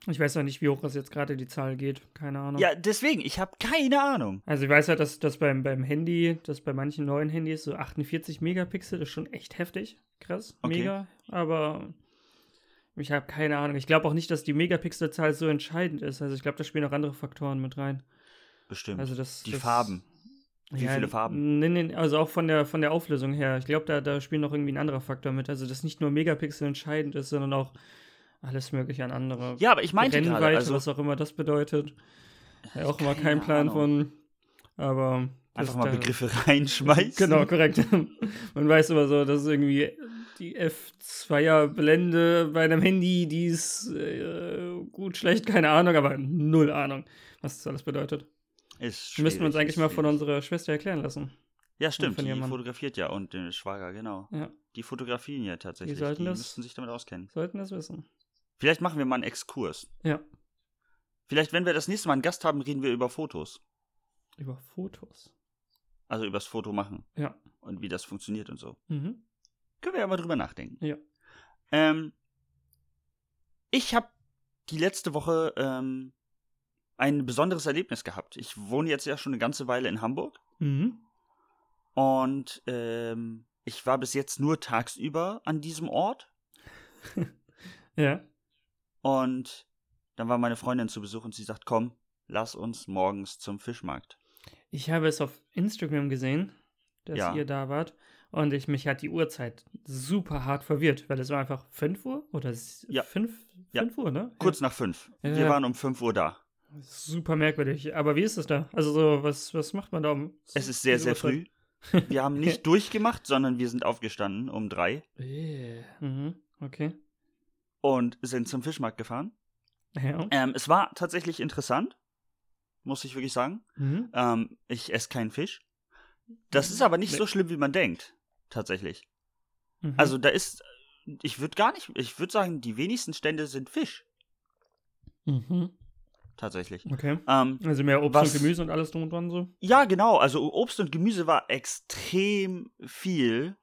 S2: Ich weiß auch nicht, wie hoch das jetzt gerade die Zahl geht. Keine Ahnung.
S1: ja deswegen, ich habe keine Ahnung.
S2: Also ich weiß ja, dass, dass beim, beim Handy, dass bei manchen neuen Handys so 48 Megapixel ist schon echt heftig. Krass,
S1: Okay.
S2: mega. Aber ich habe keine Ahnung. Ich glaube auch nicht, dass die Megapixelzahl so entscheidend ist. Also ich glaube, da spielen auch andere Faktoren mit rein.
S1: Bestimmt.
S2: Also das,
S1: die
S2: das,
S1: Farben. Wie viele Farben?
S2: Nee, nee, also auch von der, von der Auflösung her. Ich glaube, da, da spielt noch irgendwie ein anderer Faktor mit. Also dass nicht nur Megapixel entscheidend ist, sondern auch alles mögliche an andere
S1: Ja, aber ich meinte
S2: Brennweite,
S1: gerade, also
S2: was auch immer das bedeutet. Ja, auch immer
S1: keine
S2: keinen Plan
S1: Ahnung.
S2: von. Aber. das
S1: einfach mal
S2: da-
S1: Begriffe reinschmeißen.
S2: Genau, korrekt. Man weiß immer so, dass irgendwie die F2er-Blende bei einem Handy, die ist äh, gut, schlecht, keine Ahnung, aber null Ahnung, was das alles bedeutet.
S1: Ist schwierig,
S2: Müssten wir uns eigentlich
S1: ist
S2: mal von
S1: schwierig.
S2: unserer Schwester erklären lassen.
S1: Ja, stimmt,
S2: von
S1: die
S2: jemandem.
S1: fotografiert ja und den Schwager, genau.
S2: Ja.
S1: Die fotografieren ja tatsächlich. Die,
S2: sollten das-
S1: müssten sich damit auskennen.
S2: Sollten das wissen.
S1: Vielleicht machen wir mal einen Exkurs.
S2: Ja.
S1: Vielleicht, wenn wir das nächste Mal einen Gast haben, reden wir über Fotos.
S2: Über Fotos.
S1: Also übers Foto machen.
S2: Ja.
S1: Und wie das funktioniert und so.
S2: Mhm.
S1: Können wir ja mal drüber nachdenken.
S2: Ja.
S1: Ähm, ich habe die letzte Woche ähm, ein besonderes Erlebnis gehabt. Ich wohne jetzt ja schon eine ganze Weile in Hamburg
S2: Mhm.
S1: und ähm, ich war bis jetzt nur tagsüber an diesem Ort
S2: Ja.
S1: und dann war meine Freundin zu Besuch und sie sagt, komm, lass uns morgens zum Fischmarkt.
S2: Ich habe es auf Instagram gesehen, dass
S1: Ja.
S2: ihr da wart. Und ich, mich hat die Uhrzeit super hart verwirrt, weil es war einfach 5 Uhr oder
S1: Ja.
S2: 5
S1: Ja.
S2: Uhr, ne?
S1: Kurz nach fünf.
S2: Ja.
S1: Wir waren um fünf Uhr da.
S2: Ja. Super merkwürdig. Aber wie ist es da? Also, so, was, was macht man da um?
S1: Es ist sehr, sehr
S2: diese Uhrzeit?
S1: früh. Wir haben nicht durchgemacht, sondern wir sind aufgestanden um drei
S2: Äh, Mhm. Okay.
S1: und sind zum Fischmarkt gefahren.
S2: Ja.
S1: Ähm, es war tatsächlich interessant, muss ich wirklich sagen.
S2: Mhm.
S1: Ähm, ich esse keinen Fisch. Das ist aber nicht
S2: Nee.
S1: so schlimm, wie man denkt, tatsächlich.
S2: Mhm.
S1: Also da ist ich würde gar nicht, ich würde sagen, die wenigsten Stände sind Fisch,
S2: Mhm.
S1: tatsächlich.
S2: Okay.
S1: Ähm,
S2: Also mehr Obst
S1: Was-
S2: und Gemüse und alles drum und dran so.
S1: ja, genau, also Obst und Gemüse war extrem viel.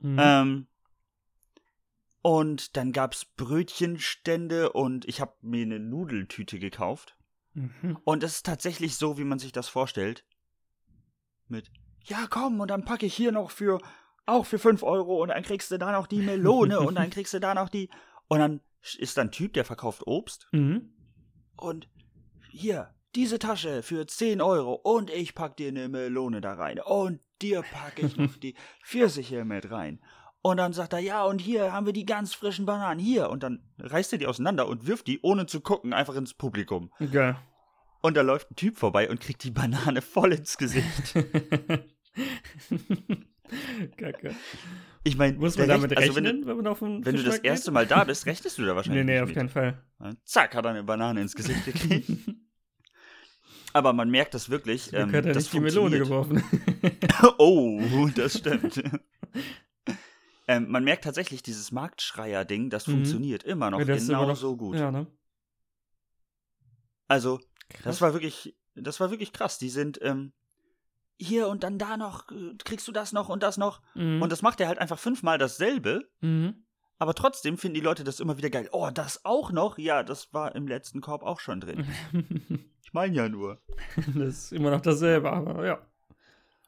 S2: Mhm.
S1: Ähm, und dann gab es Brötchenstände und ich habe mir eine Nudeltüte gekauft. Ähm.
S2: Mhm.
S1: Und es ist tatsächlich so, wie man sich das vorstellt. Mit, ja komm, und dann packe ich hier noch für, auch für 5 Euro und dann kriegst du da noch die Melone und dann kriegst du da noch die. Und dann ist da ein Typ, der verkauft Obst
S2: Mhm.
S1: und hier, diese Tasche für 10 Euro und ich pack dir eine Melone da rein und dir packe ich noch die Pfirsiche mit rein. Und dann sagt er, ja, und hier haben wir die ganz frischen Bananen, hier. Und dann reißt er die auseinander und wirft die, ohne zu gucken, einfach ins Publikum.
S2: Mhm. Geil.
S1: Und da läuft ein Typ vorbei und kriegt die Banane voll ins Gesicht.
S2: Kacke.
S1: Ich meine,
S2: Muss man
S1: der
S2: damit
S1: recht- also wenn
S2: rechnen,
S1: du,
S2: wenn, man auf den
S1: wenn du das
S2: Fischmarkt geht?
S1: erste Mal da bist, rechnest du da
S2: Nee,
S1: wahrscheinlich
S2: nee, auf
S1: nicht mit.
S2: keinen Fall.
S1: Zack, hat er eine Banane ins Gesicht gekriegt. Aber man merkt das wirklich.
S2: Ähm,
S1: Ähm,
S2: hat er
S1: das
S2: nicht die Melone
S1: funktioniert.
S2: geworfen.
S1: Oh, das stimmt. ähm, man merkt tatsächlich, dieses Marktschreier-Ding, das
S2: Mhm.
S1: funktioniert immer noch
S2: Ja, das ist
S1: genau
S2: immer noch-
S1: so gut.
S2: ja, ne?
S1: Also,
S2: Krass.
S1: Das war wirklich, das war wirklich krass. Die sind ähm, hier und dann da noch, äh, kriegst du das noch und das noch.
S2: Mhm.
S1: Und das macht er halt einfach fünfmal dasselbe,
S2: mhm.
S1: aber trotzdem finden die Leute das immer wieder geil. Oh, das auch noch? Ja, das war im letzten Korb auch schon
S2: Mhm.
S1: drin. Ich meine ja nur.
S2: das ist immer noch dasselbe, aber ja.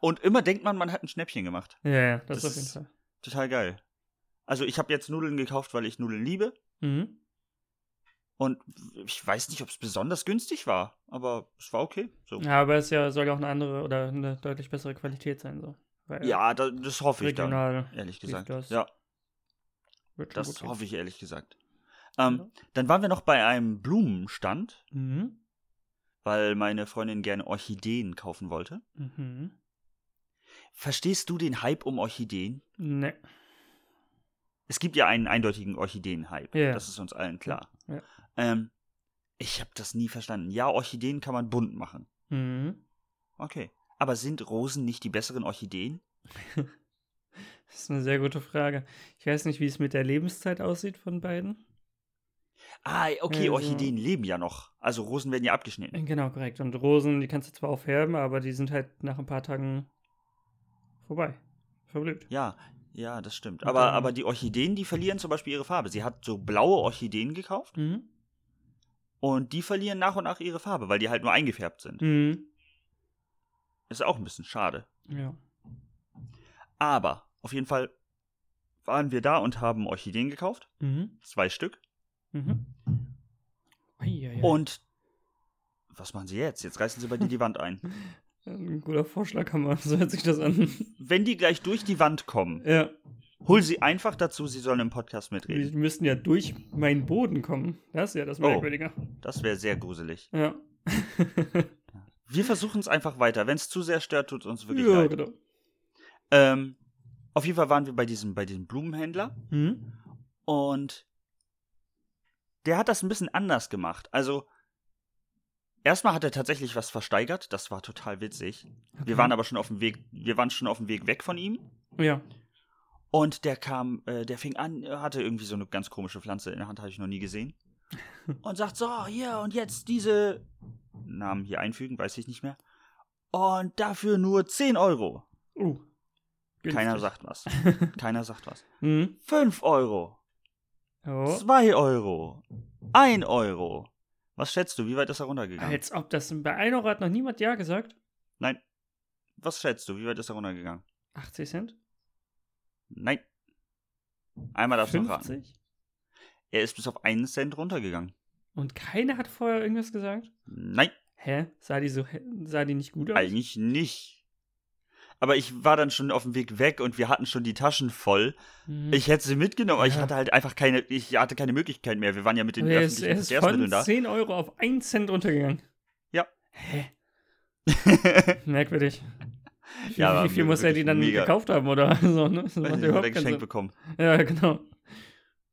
S1: Und immer denkt man, man hat ein Schnäppchen gemacht.
S2: Ja, ja, das,
S1: Das
S2: auf jeden
S1: ist-
S2: Fall.
S1: Total geil. Also ich habe jetzt Nudeln gekauft, weil ich Nudeln liebe.
S2: Mhm.
S1: Und ich weiß nicht, ob es besonders günstig war, aber es war okay. So.
S2: Ja, aber es ja, soll ja auch eine andere oder eine deutlich bessere Qualität sein. So. Weil
S1: Ja, da, das hoffe ich dann,
S2: regional
S1: ehrlich
S2: lief
S1: gesagt.
S2: das.
S1: Ja,
S2: wird schon
S1: das
S2: gut
S1: hoffe ich ehrlich gesagt.
S2: gehen.
S1: Ähm, Dann waren wir noch bei einem Blumenstand,
S2: Mhm.
S1: weil meine Freundin gerne Orchideen kaufen wollte.
S2: Mhm.
S1: Verstehst du den Hype um Orchideen?
S2: Ne.
S1: Es gibt ja einen eindeutigen Orchideen-Hype.
S2: Ja.
S1: Das ist uns allen klar.
S2: Ja.
S1: Ähm, ich habe das nie verstanden. Ja, Orchideen kann man bunt machen.
S2: Mhm.
S1: Okay. Aber sind Rosen nicht die besseren Orchideen?
S2: Das ist eine sehr gute Frage. Ich weiß nicht, wie es mit der Lebenszeit aussieht von beiden.
S1: Ah, okay,
S2: Also-
S1: Orchideen leben ja noch. Also Rosen werden ja abgeschnitten.
S2: Äh, Genau, korrekt. Und Rosen, die kannst du zwar aufhärben, aber die sind halt nach ein paar Tagen vorbei. Verblüht.
S1: Ja, ja, das stimmt.
S2: Und
S1: Aber,
S2: dann-
S1: aber die Orchideen, die verlieren zum Beispiel ihre Farbe. Sie hat so blaue Orchideen gekauft
S2: Mhm.
S1: und die verlieren nach und nach ihre Farbe, weil die halt nur eingefärbt sind.
S2: Mhm.
S1: Ist auch ein bisschen schade.
S2: Ja.
S1: Aber auf jeden Fall waren wir da und haben Orchideen gekauft.
S2: Mhm.
S1: Zwei Stück.
S2: Mhm. Eieiei.
S1: Und was machen sie jetzt? Jetzt reißen sie bei dir die Wand ein.
S2: äh, Ein guter Vorschlag, Hammer. So hört sich das an.
S1: Wenn die gleich durch die Wand kommen,
S2: ja.
S1: hol sie einfach dazu, sie sollen im Podcast
S2: Die
S1: mitreden.
S2: müssten ja durch meinen Boden kommen. Das ist ja das
S1: Oh.
S2: Merkwürdige.
S1: Das wäre sehr gruselig.
S2: Ja.
S1: Wir versuchen es einfach weiter. Wenn es zu sehr stört, tut uns wirklich
S2: ja,
S1: leid.
S2: genau.
S1: Ähm, auf jeden Fall waren wir bei diesem, bei diesem Blumenhändler
S2: Mhm.
S1: und der hat das ein bisschen anders gemacht. Also, erstmal hat er tatsächlich was versteigert. Das war total witzig. Wir
S2: Mhm.
S1: waren aber schon auf dem Weg, wir waren schon auf dem Weg weg von ihm.
S2: Ja.
S1: Und der kam, äh, der fing an, er hatte irgendwie so eine ganz komische Pflanze in der Hand, habe ich noch nie gesehen. Und sagt so, hier und jetzt diese Namen hier einfügen, weiß ich nicht mehr. Und dafür nur 10 Euro.
S2: Uh.
S1: Keiner
S2: Günstig.
S1: sagt was. Keiner sagt was.
S2: Mhm.
S1: 5 Euro,
S2: Oh.
S1: 2 Euro, 1 Euro. Was schätzt du, wie weit ist er runtergegangen?
S2: Als ob das bei 1 Euro hat noch niemand Ja gesagt.
S1: Was schätzt du, wie weit ist er runtergegangen?
S2: 80 Cent?
S1: Nein. Einmal darfst du noch raten.
S2: 50?
S1: Er ist bis auf 1 Cent runtergegangen.
S2: Und keiner hat vorher irgendwas gesagt?
S1: Nein.
S2: Hä? Sah die so sah die nicht gut aus?
S1: Eigentlich nicht. Aber ich war dann schon auf dem Weg weg und wir hatten schon die Taschen voll.
S2: Mhm.
S1: Ich hätte sie mitgenommen, aber ich
S2: Ja.
S1: hatte halt einfach keine, ich hatte keine Möglichkeit mehr. Wir waren ja mit den
S2: er ist,
S1: öffentlichen
S2: er ist
S1: Verkehrsmitteln
S2: von
S1: da.
S2: 10 Euro auf 1 Cent runtergegangen.
S1: Ja.
S2: Hä? Merkwürdig. Wie,
S1: Ja, aber
S2: wie viel muss er die
S1: wirklich
S2: dann
S1: mega.
S2: gekauft haben oder so, ne? Das
S1: Weiß
S2: macht
S1: nicht, hat er
S2: überhaupt
S1: geschenkt
S2: keinen Sinn.
S1: bekommen.
S2: Ja, genau.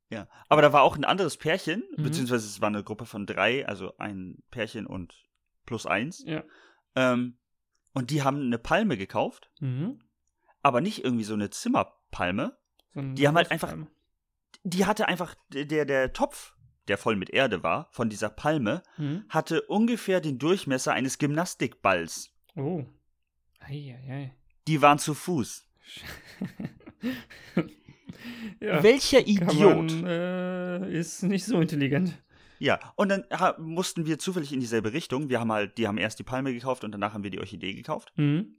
S1: Ja. Aber da war auch ein anderes Pärchen,
S2: Mhm.
S1: beziehungsweise es war eine Gruppe von drei, also ein Pärchen und plus eins.
S2: Ja.
S1: Ähm, und die haben eine Palme gekauft,
S2: Mhm.
S1: aber nicht irgendwie so eine Zimmerpalme.
S2: So ein
S1: Die haben halt
S2: Nussbaum.
S1: die hatte einfach, der, der Topf, der voll mit Erde war, von dieser Palme,
S2: Hm?
S1: hatte ungefähr den Durchmesser eines Gymnastikballs.
S2: Oh. Eieiei.
S1: Die waren zu Fuß.
S2: ja,
S1: Welcher
S2: kann
S1: Idiot!
S2: Man, äh, ist nicht so intelligent.
S1: Ja, und dann ha mussten wir zufällig in dieselbe Richtung. Wir haben halt, die haben erst die Palme gekauft und danach haben wir die Orchidee gekauft.
S2: Hm?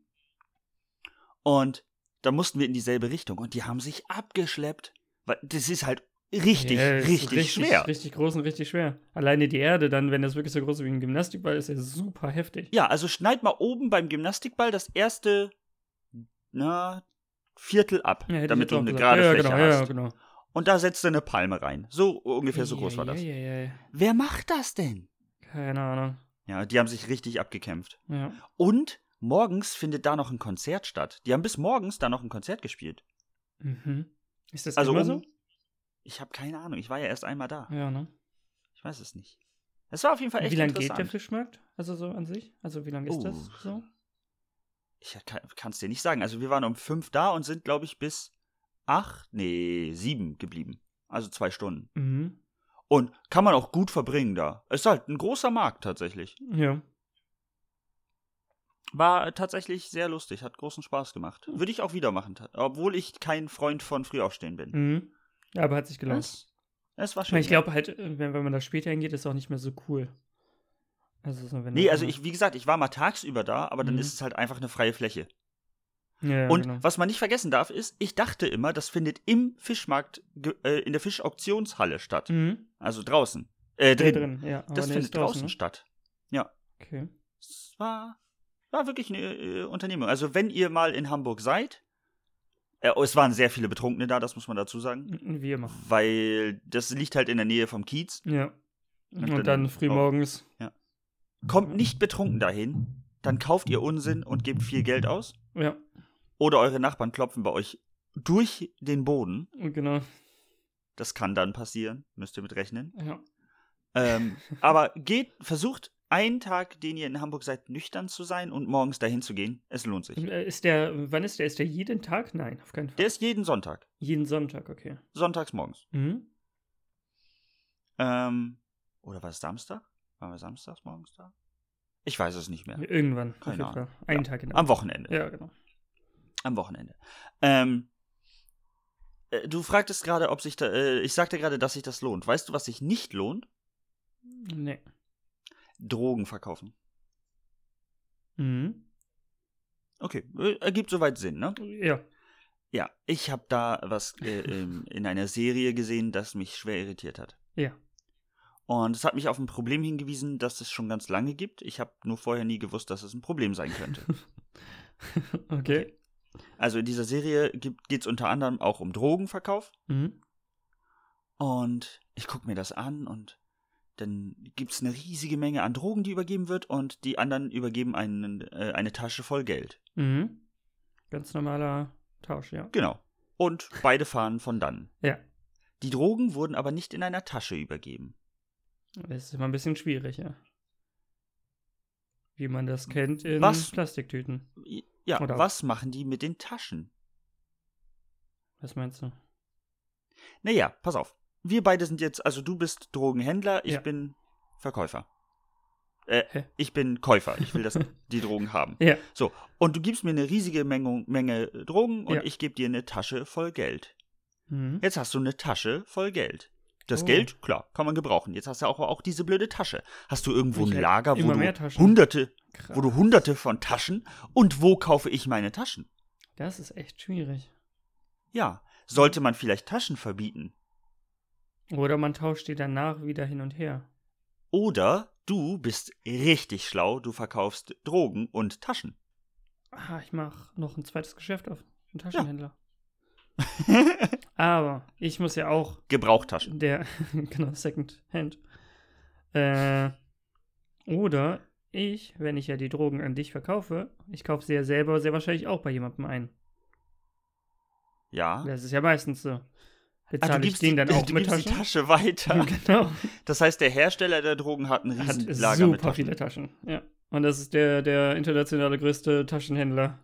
S1: Und da mussten wir in dieselbe Richtung und die haben sich abgeschleppt. Weil das ist halt richtig,
S2: Ja, ist
S1: richtig, schwer.
S2: Richtig groß und richtig schwer. Alleine die Erde, dann, wenn das wirklich so groß ist wie ein Gymnastikball, ist ja super heftig.
S1: Ja, also schneid mal oben beim Gymnastikball das erste, na, Viertel ab,
S2: Ja, hätte ich
S1: damit
S2: jetzt
S1: du
S2: auch
S1: eine
S2: gesagt.
S1: gerade
S2: ja,
S1: Fläche
S2: genau,
S1: hast.
S2: Ja, genau.
S1: Und da setzt du eine Palme rein. So ungefähr so groß war das.
S2: Eieiei.
S1: Wer macht das denn?
S2: Keine Ahnung.
S1: Ja, die haben sich richtig abgekämpft.
S2: Ja.
S1: Und morgens findet da noch ein Konzert statt. Die haben bis morgens da noch ein Konzert gespielt.
S2: Mhm. Ist das
S1: Also
S2: immer
S1: um-
S2: so?
S1: Ich habe keine Ahnung. Ich war ja erst einmal da.
S2: Ja, ne?
S1: Ich weiß es nicht. Es war auf jeden Fall echt
S2: Wie lange geht
S1: interessant.
S2: der Fischmarkt? Also so an sich? Also wie lange ist
S1: Oh.
S2: das so?
S1: Ich kann es dir nicht sagen. Also wir waren um fünf da und sind, glaube ich, bis acht, nee, sieben geblieben. Also zwei Stunden.
S2: Mhm.
S1: Und kann man auch gut verbringen da. Ist halt ein großer Markt tatsächlich.
S2: Ja.
S1: War tatsächlich sehr lustig, hat großen Spaß gemacht.
S2: Hm.
S1: Würde ich auch wieder machen, ta- obwohl ich kein Freund von Frühaufstehen bin.
S2: Mhm. Ja, aber hat sich gelohnt.
S1: Es, es war
S2: Ich
S1: schön.
S2: meine, ich glaube halt, wenn, wenn man da später hingeht, ist es auch nicht mehr so cool. Also, so, wenn
S1: Nee,
S2: du-
S1: also ich, wie gesagt, ich war mal tagsüber da, aber dann
S2: Mhm.
S1: ist es halt einfach eine freie Fläche.
S2: Ja, ja,
S1: Und
S2: genau.
S1: was man nicht vergessen darf, ist, ich dachte immer, das findet im Fischmarkt, ge- äh, in der Fischauktionshalle statt.
S2: Mhm.
S1: Also draußen. Äh,
S2: Ja,
S1: drin.
S2: drin, ja. Aber
S1: Das
S2: nee,
S1: findet
S2: ist
S1: draußen,
S2: ne?
S1: statt.
S2: Okay.
S1: Es war, war wirklich eine äh, Unternehmung. Also, wenn ihr mal in Hamburg seid, äh, oh, es waren sehr viele Betrunkene da, das muss man dazu sagen.
S2: Mhm, Wie immer.
S1: Weil das liegt halt in der Nähe vom Kiez.
S2: Ja. Und,
S1: dann-
S2: dann frühmorgens.
S1: Kommt nicht betrunken dahin, dann kauft ihr Unsinn und gebt viel Geld aus.
S2: Ja,
S1: Oder eure Nachbarn klopfen bei euch durch den Boden.
S2: genau.
S1: Das kann dann passieren, müsst ihr mit rechnen.
S2: Ja.
S1: Ähm, aber geht, versucht einen Tag, den ihr in Hamburg seid, nüchtern zu sein und morgens dahin zu gehen. Es lohnt sich.
S2: Äh, Ist der, wann ist der? Ist der jeden Tag? Nein, auf keinen Fall.
S1: Der ist jeden Sonntag.
S2: jeden Sonntag, okay.
S1: Sonntags morgens.
S2: Mhm.
S1: Ähm, oder war es Samstag? Waren wir samstags morgens da? Ich weiß es nicht mehr.
S2: Irgendwann. auf
S1: Keine
S2: jeden
S1: Ahnung.
S2: Fall. Einen Tag in der
S1: Am Wochenende.
S2: Ja, genau.
S1: Am Wochenende. Ähm, äh, du fragtest gerade, ob sich da. Äh, ich sagte gerade, dass sich das lohnt. Weißt du, was sich nicht lohnt?
S2: Nee.
S1: Drogen verkaufen.
S2: Mhm.
S1: Okay, äh, ergibt soweit Sinn, ne?
S2: Ja.
S1: Ja, ich habe da was äh, ähm, in einer Serie gesehen, das mich schwer irritiert hat.
S2: Ja.
S1: Und es hat mich auf ein Problem hingewiesen, das es schon ganz lange gibt. Ich habe nur vorher nie gewusst, dass es ein Problem sein könnte.
S2: Okay.
S1: Also in dieser Serie geht es unter anderem auch um Drogenverkauf.
S2: Mhm.
S1: Und ich gucke mir das an und dann gibt es eine riesige Menge an Drogen, die übergeben wird und die anderen übergeben einen, äh, eine Tasche voll Geld.
S2: Mhm. Ganz normaler Tausch, ja.
S1: Genau. Und beide fahren von dann.
S2: Ja.
S1: Die Drogen wurden aber nicht in einer Tasche übergeben.
S2: Das ist immer ein bisschen schwierig, ja. Wie man das kennt in
S1: Was?
S2: Plastiktüten.
S1: Ja,
S2: Oder-
S1: was machen die mit den Taschen?
S2: Was meinst du?
S1: Naja, pass auf. Wir beide sind jetzt, also du bist Drogenhändler, ich
S2: Ja.
S1: bin Verkäufer. Äh,
S2: Hä?
S1: ich bin Käufer. Ich will, dass die Drogen haben.
S2: Ja.
S1: So, und du gibst mir eine riesige Menge, Menge Drogen und
S2: Ja.
S1: ich gebe dir eine Tasche voll Geld.
S2: Mhm.
S1: Jetzt hast du eine Tasche voll Geld. Das
S2: Oh.
S1: Geld, klar, kann man gebrauchen. Jetzt hast du auch, auch diese blöde Tasche. Hast du irgendwo
S2: Ich
S1: ein
S2: hätte
S1: Lager, wo
S2: immer
S1: du,
S2: mehr Taschen.
S1: hunderte,
S2: Krass.
S1: wo du hunderte von Taschen und wo kaufe ich meine Taschen?
S2: Das ist echt schwierig.
S1: Ja, sollte man vielleicht Taschen verbieten?
S2: Oder man tauscht die danach wieder hin und her.
S1: Oder du bist richtig schlau, du verkaufst Drogen und Taschen.
S2: Ah, ich mache noch ein zweites Geschäft auf. Ein Taschenhändler. Aber ich muss ja auch
S1: Gebrauchtaschen.
S2: der, genau, Second Hand. Äh, oder ich, wenn ich ja die Drogen an dich verkaufe, ich kaufe sie ja selber sehr wahrscheinlich auch bei jemandem ein.
S1: Ja.
S2: Das ist ja meistens so.
S1: Ah,
S2: Bezahle ich den dann
S1: die,
S2: auch
S1: du
S2: mit
S1: gibst die
S2: Taschen.
S1: Tasche weiter.
S2: Genau.
S1: Das heißt, der Hersteller der Drogen hat ein
S2: Hat
S1: Riesenlager mit
S2: super
S1: Taschen.
S2: viele Taschen. Ja. Und das ist der, der internationale größte Taschenhändler.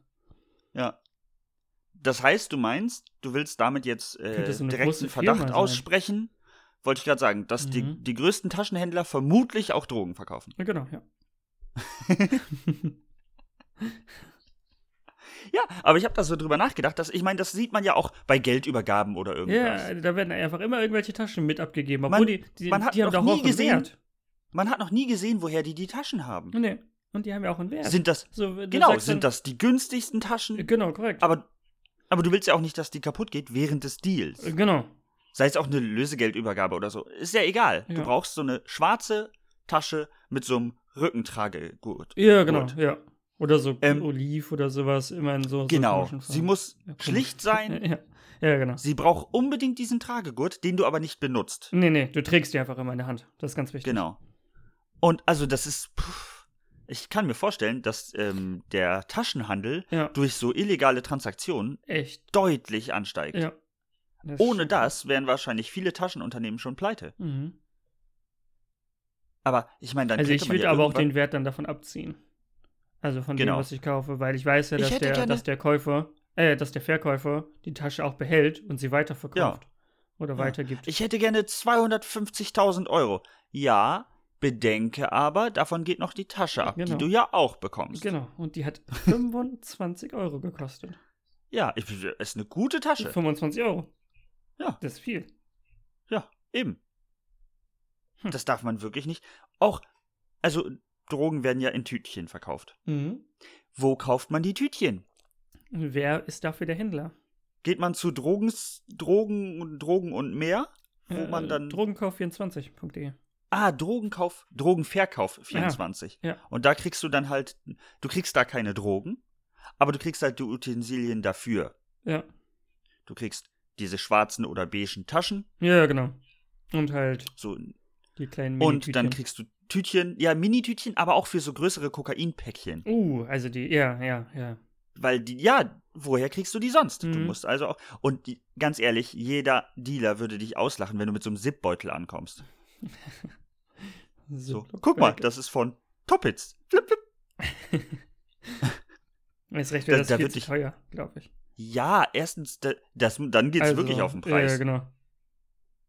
S1: Ja. Das heißt, du meinst, du willst damit jetzt äh,
S2: Könnte so eine
S1: direkt
S2: große
S1: einen Verdacht
S2: Firma sein.
S1: aussprechen? Wollte ich gerade sagen, dass die,
S2: Mhm.
S1: die größten Taschenhändler vermutlich auch Drogen verkaufen.
S2: Ja, Genau, ja.
S1: Ja, aber ich habe da so drüber nachgedacht, dass ich meine, das sieht man ja auch bei Geldübergaben oder irgendwas.
S2: Ja, da werden einfach immer irgendwelche Taschen mit abgegeben, obwohl
S1: Man-
S2: die, die,
S1: man hat
S2: die haben
S1: noch
S2: doch
S1: nie
S2: auch einen
S1: gesehen-
S2: Wert.
S1: Man hat noch nie gesehen, woher die die Taschen haben.
S2: Nee. Und die haben ja auch einen Wert.
S1: Sind das
S2: so, du
S1: genau,
S2: sagst
S1: sind
S2: dann-
S1: das die günstigsten Taschen?
S2: Genau, korrekt.
S1: Aber aber du willst ja auch nicht, dass die kaputt geht während des Deals.
S2: genau.
S1: Sei es auch eine Lösegeldübergabe oder so. Ist ja egal. Du
S2: Ja.
S1: brauchst so eine schwarze Tasche mit so einem Rückentragegurt.
S2: Ja, genau,
S1: Gut.
S2: ja. Oder so
S1: Ähm,
S2: Oliv oder sowas, immer in so.
S1: Genau.
S2: so komischen
S1: Sie
S2: Farben.
S1: muss
S2: Ja, komisch.
S1: schlicht sein.
S2: Ja, ja, genau.
S1: Sie braucht unbedingt diesen Tragegurt, den du aber nicht benutzt.
S2: Nee, nee, du trägst die einfach immer in der Hand. Das ist ganz wichtig.
S1: Genau. Und also das ist. Pff, ich kann mir vorstellen, dass ähm, der Taschenhandel
S2: Ja,
S1: durch so illegale Transaktionen
S2: echt.
S1: deutlich ansteigt.
S2: Ja. Das
S1: Ohne
S2: stimmt.
S1: das wären wahrscheinlich viele Taschenunternehmen schon pleite.
S2: Mhm.
S1: Aber ich meine, dann
S2: Also,
S1: könnte
S2: ich
S1: man
S2: würde
S1: ja
S2: aber auch
S1: irgendwann-
S2: den Wert dann davon abziehen. Also von
S1: Genau.
S2: dem, was ich kaufe, weil ich weiß ja,
S1: Ich
S2: dass,
S1: hätte
S2: der,
S1: gerne-
S2: dass der Käufer, äh, dass der Verkäufer die Tasche auch behält und sie weiterverkauft. Oder
S1: Ja.
S2: weitergibt.
S1: Ich hätte gerne 250.000 Euro. Ja, bedenke aber, davon geht noch die Tasche ab,
S2: Genau.
S1: die du ja auch bekommst.
S2: Genau. Und die hat 25 Euro gekostet.
S1: Ja, ich, ist eine gute Tasche.
S2: 25 Euro.
S1: Ja.
S2: Das ist viel.
S1: Ja, eben.
S2: Hm.
S1: Das darf man wirklich nicht. Auch, also Drogen werden ja in Tütchen verkauft.
S2: Mhm.
S1: Wo kauft man die Tütchen?
S2: Wer ist dafür der Händler?
S1: Geht man zu Drogens, Drogen und Drogen und mehr? Wo
S2: Äh,
S1: man dann.
S2: Drogenkauf24.de.
S1: ah, Drogenkauf, Drogenverkauf 24.
S2: ja.
S1: Und da kriegst du dann halt, du kriegst da keine Drogen, aber du kriegst halt die Utensilien dafür.
S2: Ja.
S1: Du kriegst diese schwarzen oder beigen Taschen,
S2: Ja, ja, genau. Und halt
S1: so
S2: die kleinen
S1: und dann
S2: Minitütchen.
S1: kriegst du Tütchen, ja, Minitütchen, aber auch für so größere Kokainpäckchen.
S2: Uh, also die, ja, ja, ja.
S1: Weil die, ja, woher kriegst du die sonst? Du
S2: Mhm.
S1: musst also auch. Und die, ganz ehrlich, jeder Dealer würde dich auslachen, wenn du mit so einem Zipbeutel ankommst. So. Guck mal, das ist von Toppitz. Flip, flip.
S2: Ist recht, wäre
S1: da-
S2: das
S1: da
S2: viel
S1: wird
S2: zu
S1: ich-
S2: teuer, glaube ich.
S1: Ja, erstens, da, das, dann geht's
S2: Also,
S1: wirklich auf den
S2: Ja,
S1: Preis.
S2: genau.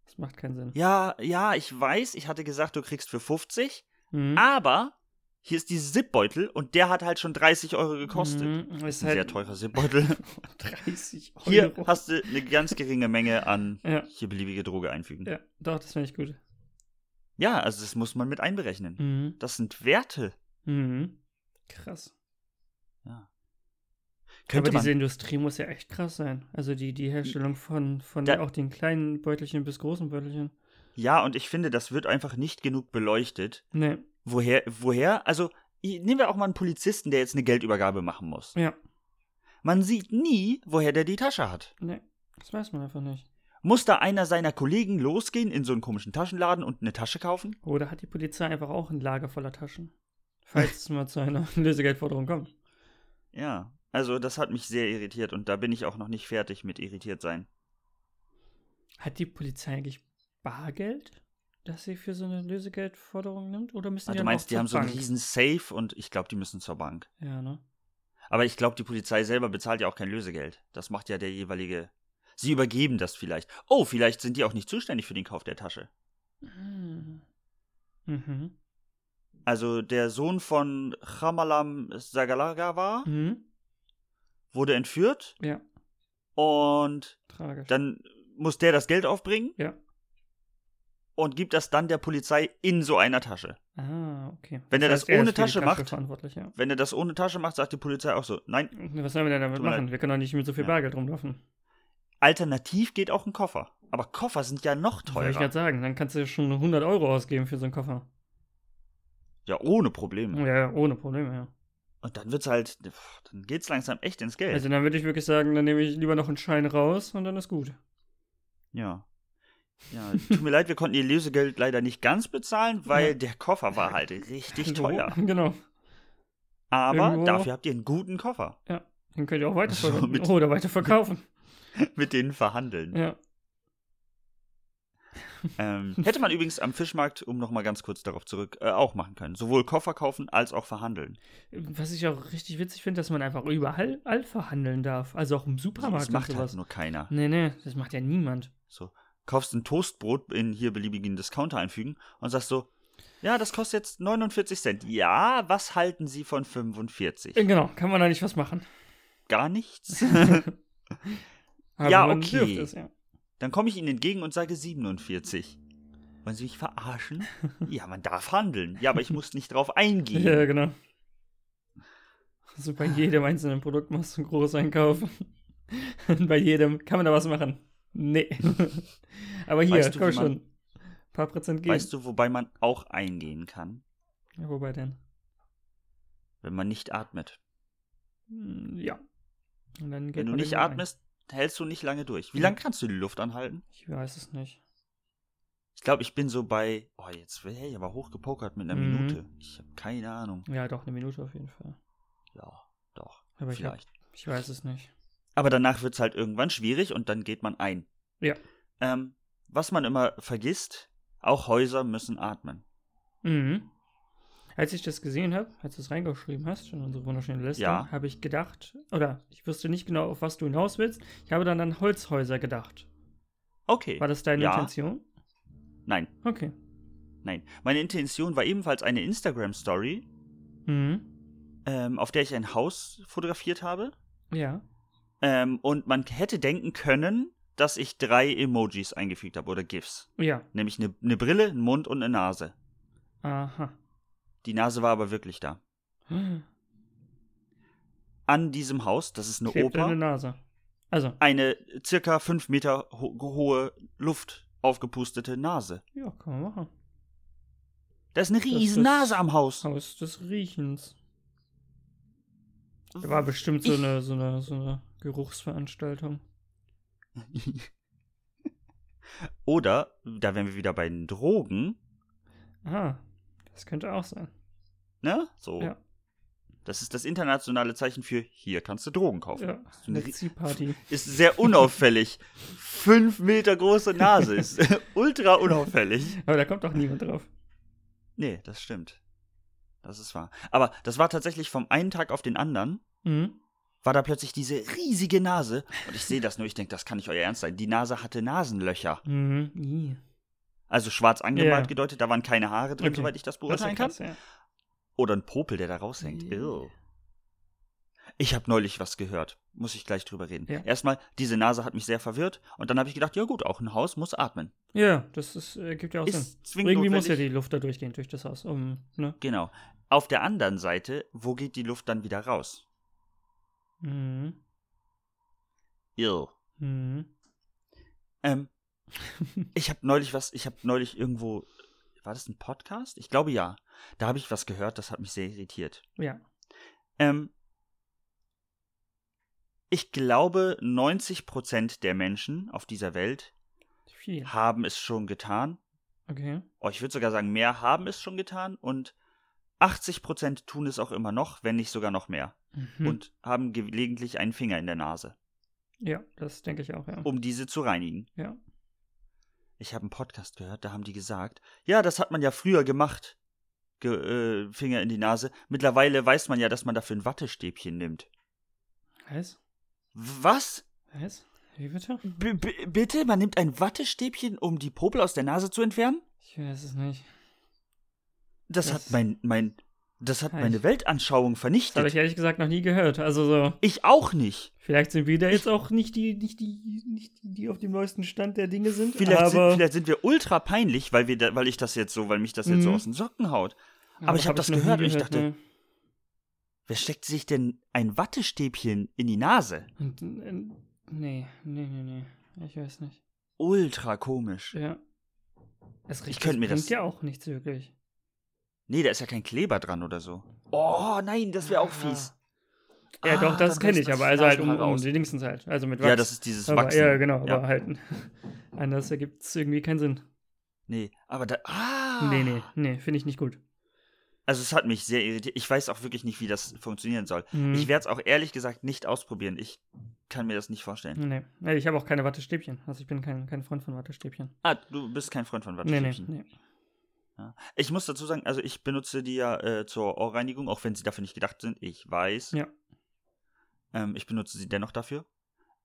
S2: Das macht keinen Sinn.
S1: Ja, ja, ich weiß, ich hatte gesagt, du kriegst für 50,
S2: Mhm.
S1: aber hier ist dieser Zipbeutel und der hat halt schon 30 Euro gekostet.
S2: Mhm. Ist
S1: Ein
S2: halt
S1: sehr teurer Zipbeutel.
S2: 30 Euro.
S1: Hier hast du eine ganz geringe Menge an
S2: Ja.
S1: hier beliebige Droge einfügen. Ja,
S2: ja, doch, das finde ich gut.
S1: also das muss man mit einberechnen.
S2: Mhm.
S1: Das sind Werte.
S2: Mhm. Krass.
S1: Könnte
S2: Aber diese
S1: man.
S2: Industrie muss ja echt krass sein. Also die, die Herstellung von, von
S1: Da-
S2: auch den kleinen Beutelchen bis großen Beutelchen.
S1: Ja, und ich finde, das wird einfach nicht genug beleuchtet.
S2: Nee,
S1: Woher, woher? Also i- nehmen wir auch mal einen Polizisten, der jetzt eine Geldübergabe machen muss.
S2: ja,
S1: Man sieht nie, woher der die Tasche hat.
S2: nee. Das weiß man einfach nicht.
S1: Muss da einer seiner Kollegen losgehen in so einen komischen Taschenladen und eine Tasche kaufen?
S2: Oder hat die Polizei einfach auch ein Lager voller Taschen? Falls es mal zu einer Lösegeldforderung kommt.
S1: Ja, also das hat mich sehr irritiert und da bin ich auch noch nicht fertig mit irritiert sein.
S2: Hat die Polizei eigentlich Bargeld, das sie für so eine Lösegeldforderung nimmt? Oder müssen
S1: Ah,
S2: die
S1: du
S2: dann
S1: meinst,
S2: auch
S1: die
S2: zur
S1: haben so einen
S2: Bank?
S1: riesen Safe und ich glaube, die müssen zur Bank.
S2: Ja, ne?
S1: Aber ich glaube, die Polizei selber bezahlt ja auch kein Lösegeld. Das macht ja der jeweilige. Sie übergeben das vielleicht. Oh, vielleicht sind die auch nicht zuständig für den Kauf der Tasche. Ah.
S2: Hm. Mhm.
S1: Also der Sohn von Chamalam Sagalagawa
S2: Mhm.
S1: wurde entführt
S2: Ja,
S1: und
S2: tragisch.
S1: dann muss der das Geld aufbringen
S2: Ja.
S1: und gibt das dann der Polizei in so einer Tasche.
S2: ah, okay.
S1: Wenn er das
S2: heißt, er
S1: ohne
S2: ist für die
S1: Tasche macht-
S2: verantwortlich, ja.
S1: Wenn er das ohne Tasche macht, sagt die Polizei auch so, nein,
S2: Was sollen wir denn damit
S1: Tut mir
S2: machen? Wir können doch nicht mit so viel
S1: Ja.
S2: Bargeld rumlaufen.
S1: alternativ geht auch ein Koffer. Aber Koffer sind ja noch
S2: Soll ich
S1: teurer.
S2: gerade sagen, dann kannst du ja schon 100 Euro ausgeben für so einen Koffer.
S1: Ja, ohne Probleme.
S2: Ja, ja ohne Probleme, ja.
S1: Und dann wird's halt, pff, dann geht's langsam echt ins Geld.
S2: Also dann würde ich wirklich sagen, dann nehme ich lieber noch einen Schein raus und dann ist gut.
S1: Ja. Ja, tut mir leid, wir konnten ihr Lösegeld leider nicht ganz bezahlen, weil
S2: Ja.
S1: der Koffer war halt richtig
S2: So,
S1: teuer.
S2: Genau.
S1: Aber
S2: Irgendwo-
S1: dafür habt ihr einen guten Koffer.
S2: Dann könnt ihr auch
S1: Also
S2: weiterverkaufen.
S1: mit-
S2: oder weiterverkaufen.
S1: Mit denen verhandeln.
S2: Ja.
S1: ähm, hätte man übrigens am Fischmarkt, um nochmal ganz kurz darauf zurück, äh, auch machen können. Sowohl Koffer kaufen als auch verhandeln.
S2: Was ich auch richtig witzig finde, dass man einfach überall all verhandeln darf. Also auch im Supermarkt
S1: Das macht
S2: und
S1: halt
S2: sowas. Hm.
S1: nur keiner.
S2: nee, nee, das macht ja niemand.
S1: So, kaufst ein Toastbrot in hier beliebigen Discounter einfügen und sagst so, ja, das kostet jetzt 49 Cent. Ja, was halten Sie von 45?
S2: Äh, Genau, kann man da nicht was machen.
S1: Gar nichts.
S2: Aber
S1: Ja,
S2: man
S1: okay.
S2: dürfte es, ja.
S1: Dann komme ich Ihnen entgegen und sage 47. Wollen Sie mich verarschen? Ja, man darf handeln. Ja, aber ich muss nicht drauf eingehen.
S2: ja, genau. Also bei jedem einzelnen Produkt machst du einen Großeinkauf. Und bei jedem kann man da was machen. Nee. Aber hier,
S1: Weißt du,
S2: komm
S1: wie man-
S2: schon. Ein paar Prozent gehen.
S1: Weißt du, wobei man auch eingehen kann,
S2: ja, wobei denn?
S1: wenn man nicht atmet?
S2: Hm, Ja. Und dann geht
S1: Wenn du
S2: man
S1: nicht
S2: irgendwo ein.
S1: atmest, hältst du nicht lange durch. Wie
S2: Ja.
S1: lange kannst du die Luft anhalten?
S2: Ich weiß es nicht.
S1: Ich glaube, ich bin so bei. Oh, jetzt wäre ich aber hochgepokert mit einer
S2: Mhm.
S1: Minute. Ich habe keine Ahnung.
S2: Ja, doch, eine Minute auf jeden Fall.
S1: Ja, doch.
S2: Aber ich, hab,
S1: vielleicht.
S2: ich weiß es nicht.
S1: Aber danach wird es halt irgendwann schwierig und dann geht man ein.
S2: Ja.
S1: Ähm, was man immer vergisst, auch Häuser müssen atmen.
S2: Mhm. Als ich das gesehen habe, als du es reingeschrieben hast in unsere wunderschöne Liste,
S1: Ja.
S2: habe ich gedacht, oder ich wusste nicht genau, auf was du hinaus willst. Ich habe dann an Holzhäuser gedacht.
S1: Okay.
S2: War das deine
S1: Ja.
S2: Intention?
S1: Nein,
S2: Okay.
S1: nein. Meine Intention war ebenfalls eine Instagram-Story,
S2: Mhm.
S1: ähm, auf der ich ein Haus fotografiert habe.
S2: Ja.
S1: Ähm, und man hätte denken können, dass ich drei Emojis eingefügt habe oder GIFs.
S2: Ja.
S1: Nämlich eine eine Brille, einen Mund und eine Nase.
S2: Aha.
S1: Die Nase war aber wirklich da. An diesem Haus, das ist eine
S2: Klebt
S1: Oper,
S2: deine Nase. Also,
S1: eine circa fünf Meter ho hohe, Luft aufgepustete Nase.
S2: ja, kann man machen.
S1: Da ist eine
S2: ist-
S1: riesen Nase am Haus.
S2: Haus des Riechens. Da war bestimmt so
S1: Ich-
S2: eine, so eine, so eine Geruchsveranstaltung.
S1: Oder, da wären wir wieder bei den Drogen,
S2: Ah, das könnte auch sein.
S1: ne? So.
S2: Ja.
S1: Das ist das internationale Zeichen für hier kannst du Drogen kaufen.
S2: Ja,
S1: Hast du eine
S2: eine
S1: ri-
S2: Ziehparty.
S1: ist sehr unauffällig. Fünf Meter große Nase ist ultra unauffällig.
S2: Aber da kommt auch niemand drauf.
S1: Nee, das stimmt. Das ist wahr. Aber das war tatsächlich vom einen Tag auf den anderen,
S2: Mhm.
S1: war da plötzlich diese riesige Nase. Und ich sehe das nur, ich denke, das kann nicht euer Ernst sein. Die Nase hatte Nasenlöcher.
S2: Mhm. Ih.
S1: Also schwarz angemalt
S2: Ja.
S1: gedeutet, da waren keine Haare drin,
S2: Okay.
S1: soweit ich das
S2: Das ist ja
S1: beurteilen kann.
S2: krass, ja.
S1: Oder ein Popel, der da raushängt.
S2: Ja.
S1: Ew. Ich habe neulich was gehört. Muss ich gleich drüber reden.
S2: Ja.
S1: Erstmal, diese Nase hat mich sehr verwirrt. Und dann habe ich gedacht, ja gut, auch ein Haus muss atmen.
S2: ja, das ist, äh, gibt ja auch Sinn.
S1: Ist zwingend
S2: Irgendwie muss ja
S1: notwendig.
S2: die Luft da durchgehen, durch das Haus. Um, ne?
S1: Genau. Auf der anderen Seite, wo geht die Luft dann wieder raus?
S2: Mhm.
S1: Ill.
S2: Mhm.
S1: Ähm, ich habe neulich was, ich habe neulich irgendwo, war das ein Podcast? Ich glaube ja. Da habe ich was gehört, das hat mich sehr irritiert.
S2: Ja.
S1: Ähm, ich glaube, 90% der Menschen auf dieser Welt
S2: Viel.
S1: haben es schon getan.
S2: Okay.
S1: Oh, ich würde sogar sagen, mehr haben es schon getan und 80% tun es auch immer noch, wenn nicht sogar noch mehr.
S2: Mhm.
S1: Und haben gelegentlich einen Finger in der Nase,
S2: Ja, das denke ich auch, ja.
S1: um diese zu reinigen.
S2: Ja.
S1: Ich habe einen Podcast gehört, da haben die gesagt, ja, das hat man ja früher gemacht. Ge äh, Finger in die Nase. Mittlerweile weiß man ja, dass man dafür ein Wattestäbchen nimmt.
S2: Was?
S1: Was?
S2: Was? Wie bitte?
S1: B b- bitte? Man nimmt ein Wattestäbchen, um die Popel aus der Nase zu entfernen?
S2: Ich weiß es nicht.
S1: Das,
S2: Das-
S1: hat mein, mein, das hat
S2: Heiß.
S1: meine Weltanschauung
S2: Das habe ich
S1: vernichtet.
S2: ehrlich gesagt noch nie gehört. Also so,
S1: Ich auch nicht.
S2: vielleicht sind wir da jetzt auch nicht die, nicht die, nicht die, die auf dem neuesten Stand der Dinge sind.
S1: Vielleicht,
S2: aber,
S1: sind, vielleicht sind wir ultra peinlich, weil, wir da, weil ich das jetzt so, weil mich das jetzt so
S2: Mhm.
S1: aus den Socken haut. aber ich hab
S2: hab
S1: das
S2: noch nie
S1: gehört und ich dachte,
S2: ne?
S1: Wer steckt sich denn ein Wattestäbchen in die Nase?
S2: Und, und, nee, nee, nee, nee. Ich weiß nicht.
S1: Ultra komisch.
S2: Ja. Das
S1: Ich
S2: riecht
S1: könnte mir das-
S2: bringt ja auch nichts wirklich.
S1: Nee, da ist ja kein Kleber dran oder so. Oh, nein, das wäre auch fies. Ah,
S2: Ja, doch, das
S1: dann
S2: kenne
S1: reißt
S2: ich,
S1: man
S2: aber
S1: die
S2: also halt um,
S1: Nasenhaare
S2: um
S1: aus.
S2: die Dingsens halt. Also mit Wachs.
S1: Ja, das ist dieses
S2: aber,
S1: Wachsen.
S2: Ja, genau,
S1: Ja.
S2: aber halt. Anders ergibt es irgendwie keinen Sinn.
S1: Nee, aber da. Ah!
S2: Nee, nee, nee, finde ich nicht gut.
S1: Also es hat mich sehr irritiert. Ich weiß auch wirklich nicht, wie das funktionieren soll.
S2: Mhm.
S1: Ich werde es auch ehrlich gesagt nicht ausprobieren. Ich kann mir das nicht vorstellen.
S2: Nee, nee ich habe auch keine Wattestäbchen. Also ich bin kein, kein Freund von Wattestäbchen.
S1: Ah, du bist kein Freund von
S2: Nee, nee,
S1: Wattestäbchen.
S2: nee.
S1: Ja. Ich muss dazu sagen, also ich benutze die ja äh, zur Ohrreinigung, auch wenn sie dafür nicht gedacht sind. Ich weiß.
S2: Ja.
S1: Ähm, ich benutze sie dennoch dafür.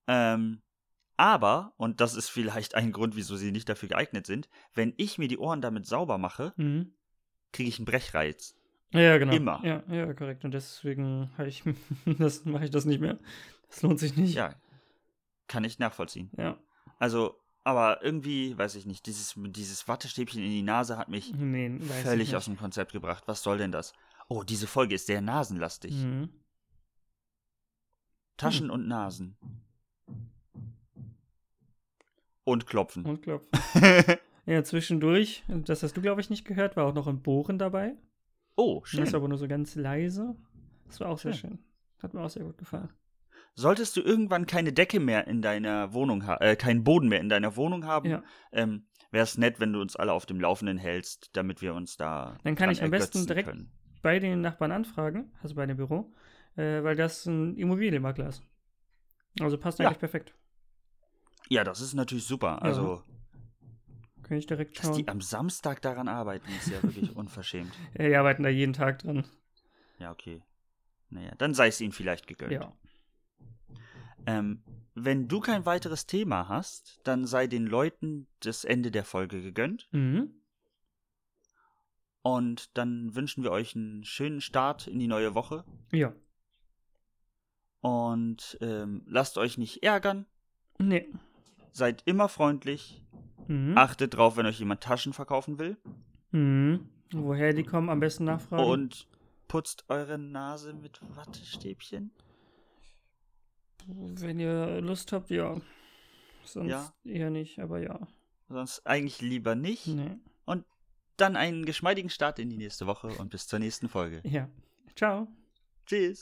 S1: Ähm, aber, und das ist vielleicht ein Grund, wieso sie nicht dafür geeignet sind, wenn ich mir die Ohren damit sauber mache,
S2: Mhm.
S1: kriege ich einen Brechreiz.
S2: Ja, genau.
S1: Immer.
S2: Ja, ja, korrekt. Und deswegen hab ich, das mache ich das nicht mehr. Das lohnt sich nicht.
S1: Ja. Kann ich nachvollziehen.
S2: ja.
S1: Also, aber irgendwie, weiß ich nicht, dieses, dieses Wattestäbchen in die Nase hat mich
S2: Nee, weiß ich
S1: völlig
S2: nicht.
S1: aus dem Konzept gebracht. Was soll denn das? Oh, diese Folge ist sehr nasenlastig.
S2: Mhm.
S1: Taschen
S2: Hm.
S1: und Nasen. Und klopfen.
S2: Und klopf. ja, zwischendurch, das hast du, glaube ich, nicht gehört, war auch noch ein Bohren dabei.
S1: Oh, schön.
S2: Das war aber nur so ganz leise. Das war auch sehr schön. Hat mir auch sehr gut gefallen.
S1: Solltest du irgendwann keine Decke mehr in deiner Wohnung haben, äh, keinen Boden mehr in deiner Wohnung haben,
S2: Ja.
S1: ähm, wäre es nett, wenn du uns alle auf dem Laufenden hältst, damit wir uns da.
S2: Dann kann
S1: dran
S2: ich am besten
S1: ergötzen
S2: direkt-
S1: Können.
S2: Bei den Nachbarn anfragen, also bei dem Büro, äh, weil das ein Immobilienmakler ist. Also passt
S1: Ja.
S2: eigentlich perfekt.
S1: Ja, das ist natürlich super. Also,
S2: Kann ich direkt
S1: dass
S2: schauen.
S1: die am Samstag daran arbeiten, ist ja wirklich unverschämt.
S2: Äh, Die arbeiten da jeden Tag dran.
S1: Ja, okay. Naja, dann sei es ihnen vielleicht gegönnt.
S2: Ja.
S1: Ähm, wenn du kein weiteres Thema hast, dann sei den Leuten das Ende der Folge gegönnt.
S2: Mhm.
S1: Und dann wünschen wir euch einen schönen Start in die neue Woche.
S2: Ja.
S1: Und ähm, lasst euch nicht ärgern.
S2: Nee.
S1: Seid immer freundlich.
S2: Mhm.
S1: Achtet drauf, wenn euch jemand Taschen verkaufen will.
S2: Mhm. Woher die kommen, am besten nachfragen.
S1: Und putzt eure Nase mit Wattestäbchen.
S2: Wenn ihr Lust habt, ja. Sonst
S1: Ja.
S2: eher nicht, aber ja.
S1: Sonst eigentlich lieber nicht.
S2: Nee.
S1: Dann einen geschmeidigen Start in die nächste Woche und bis zur nächsten Folge.
S2: Ja. Ciao.
S1: Tschüss.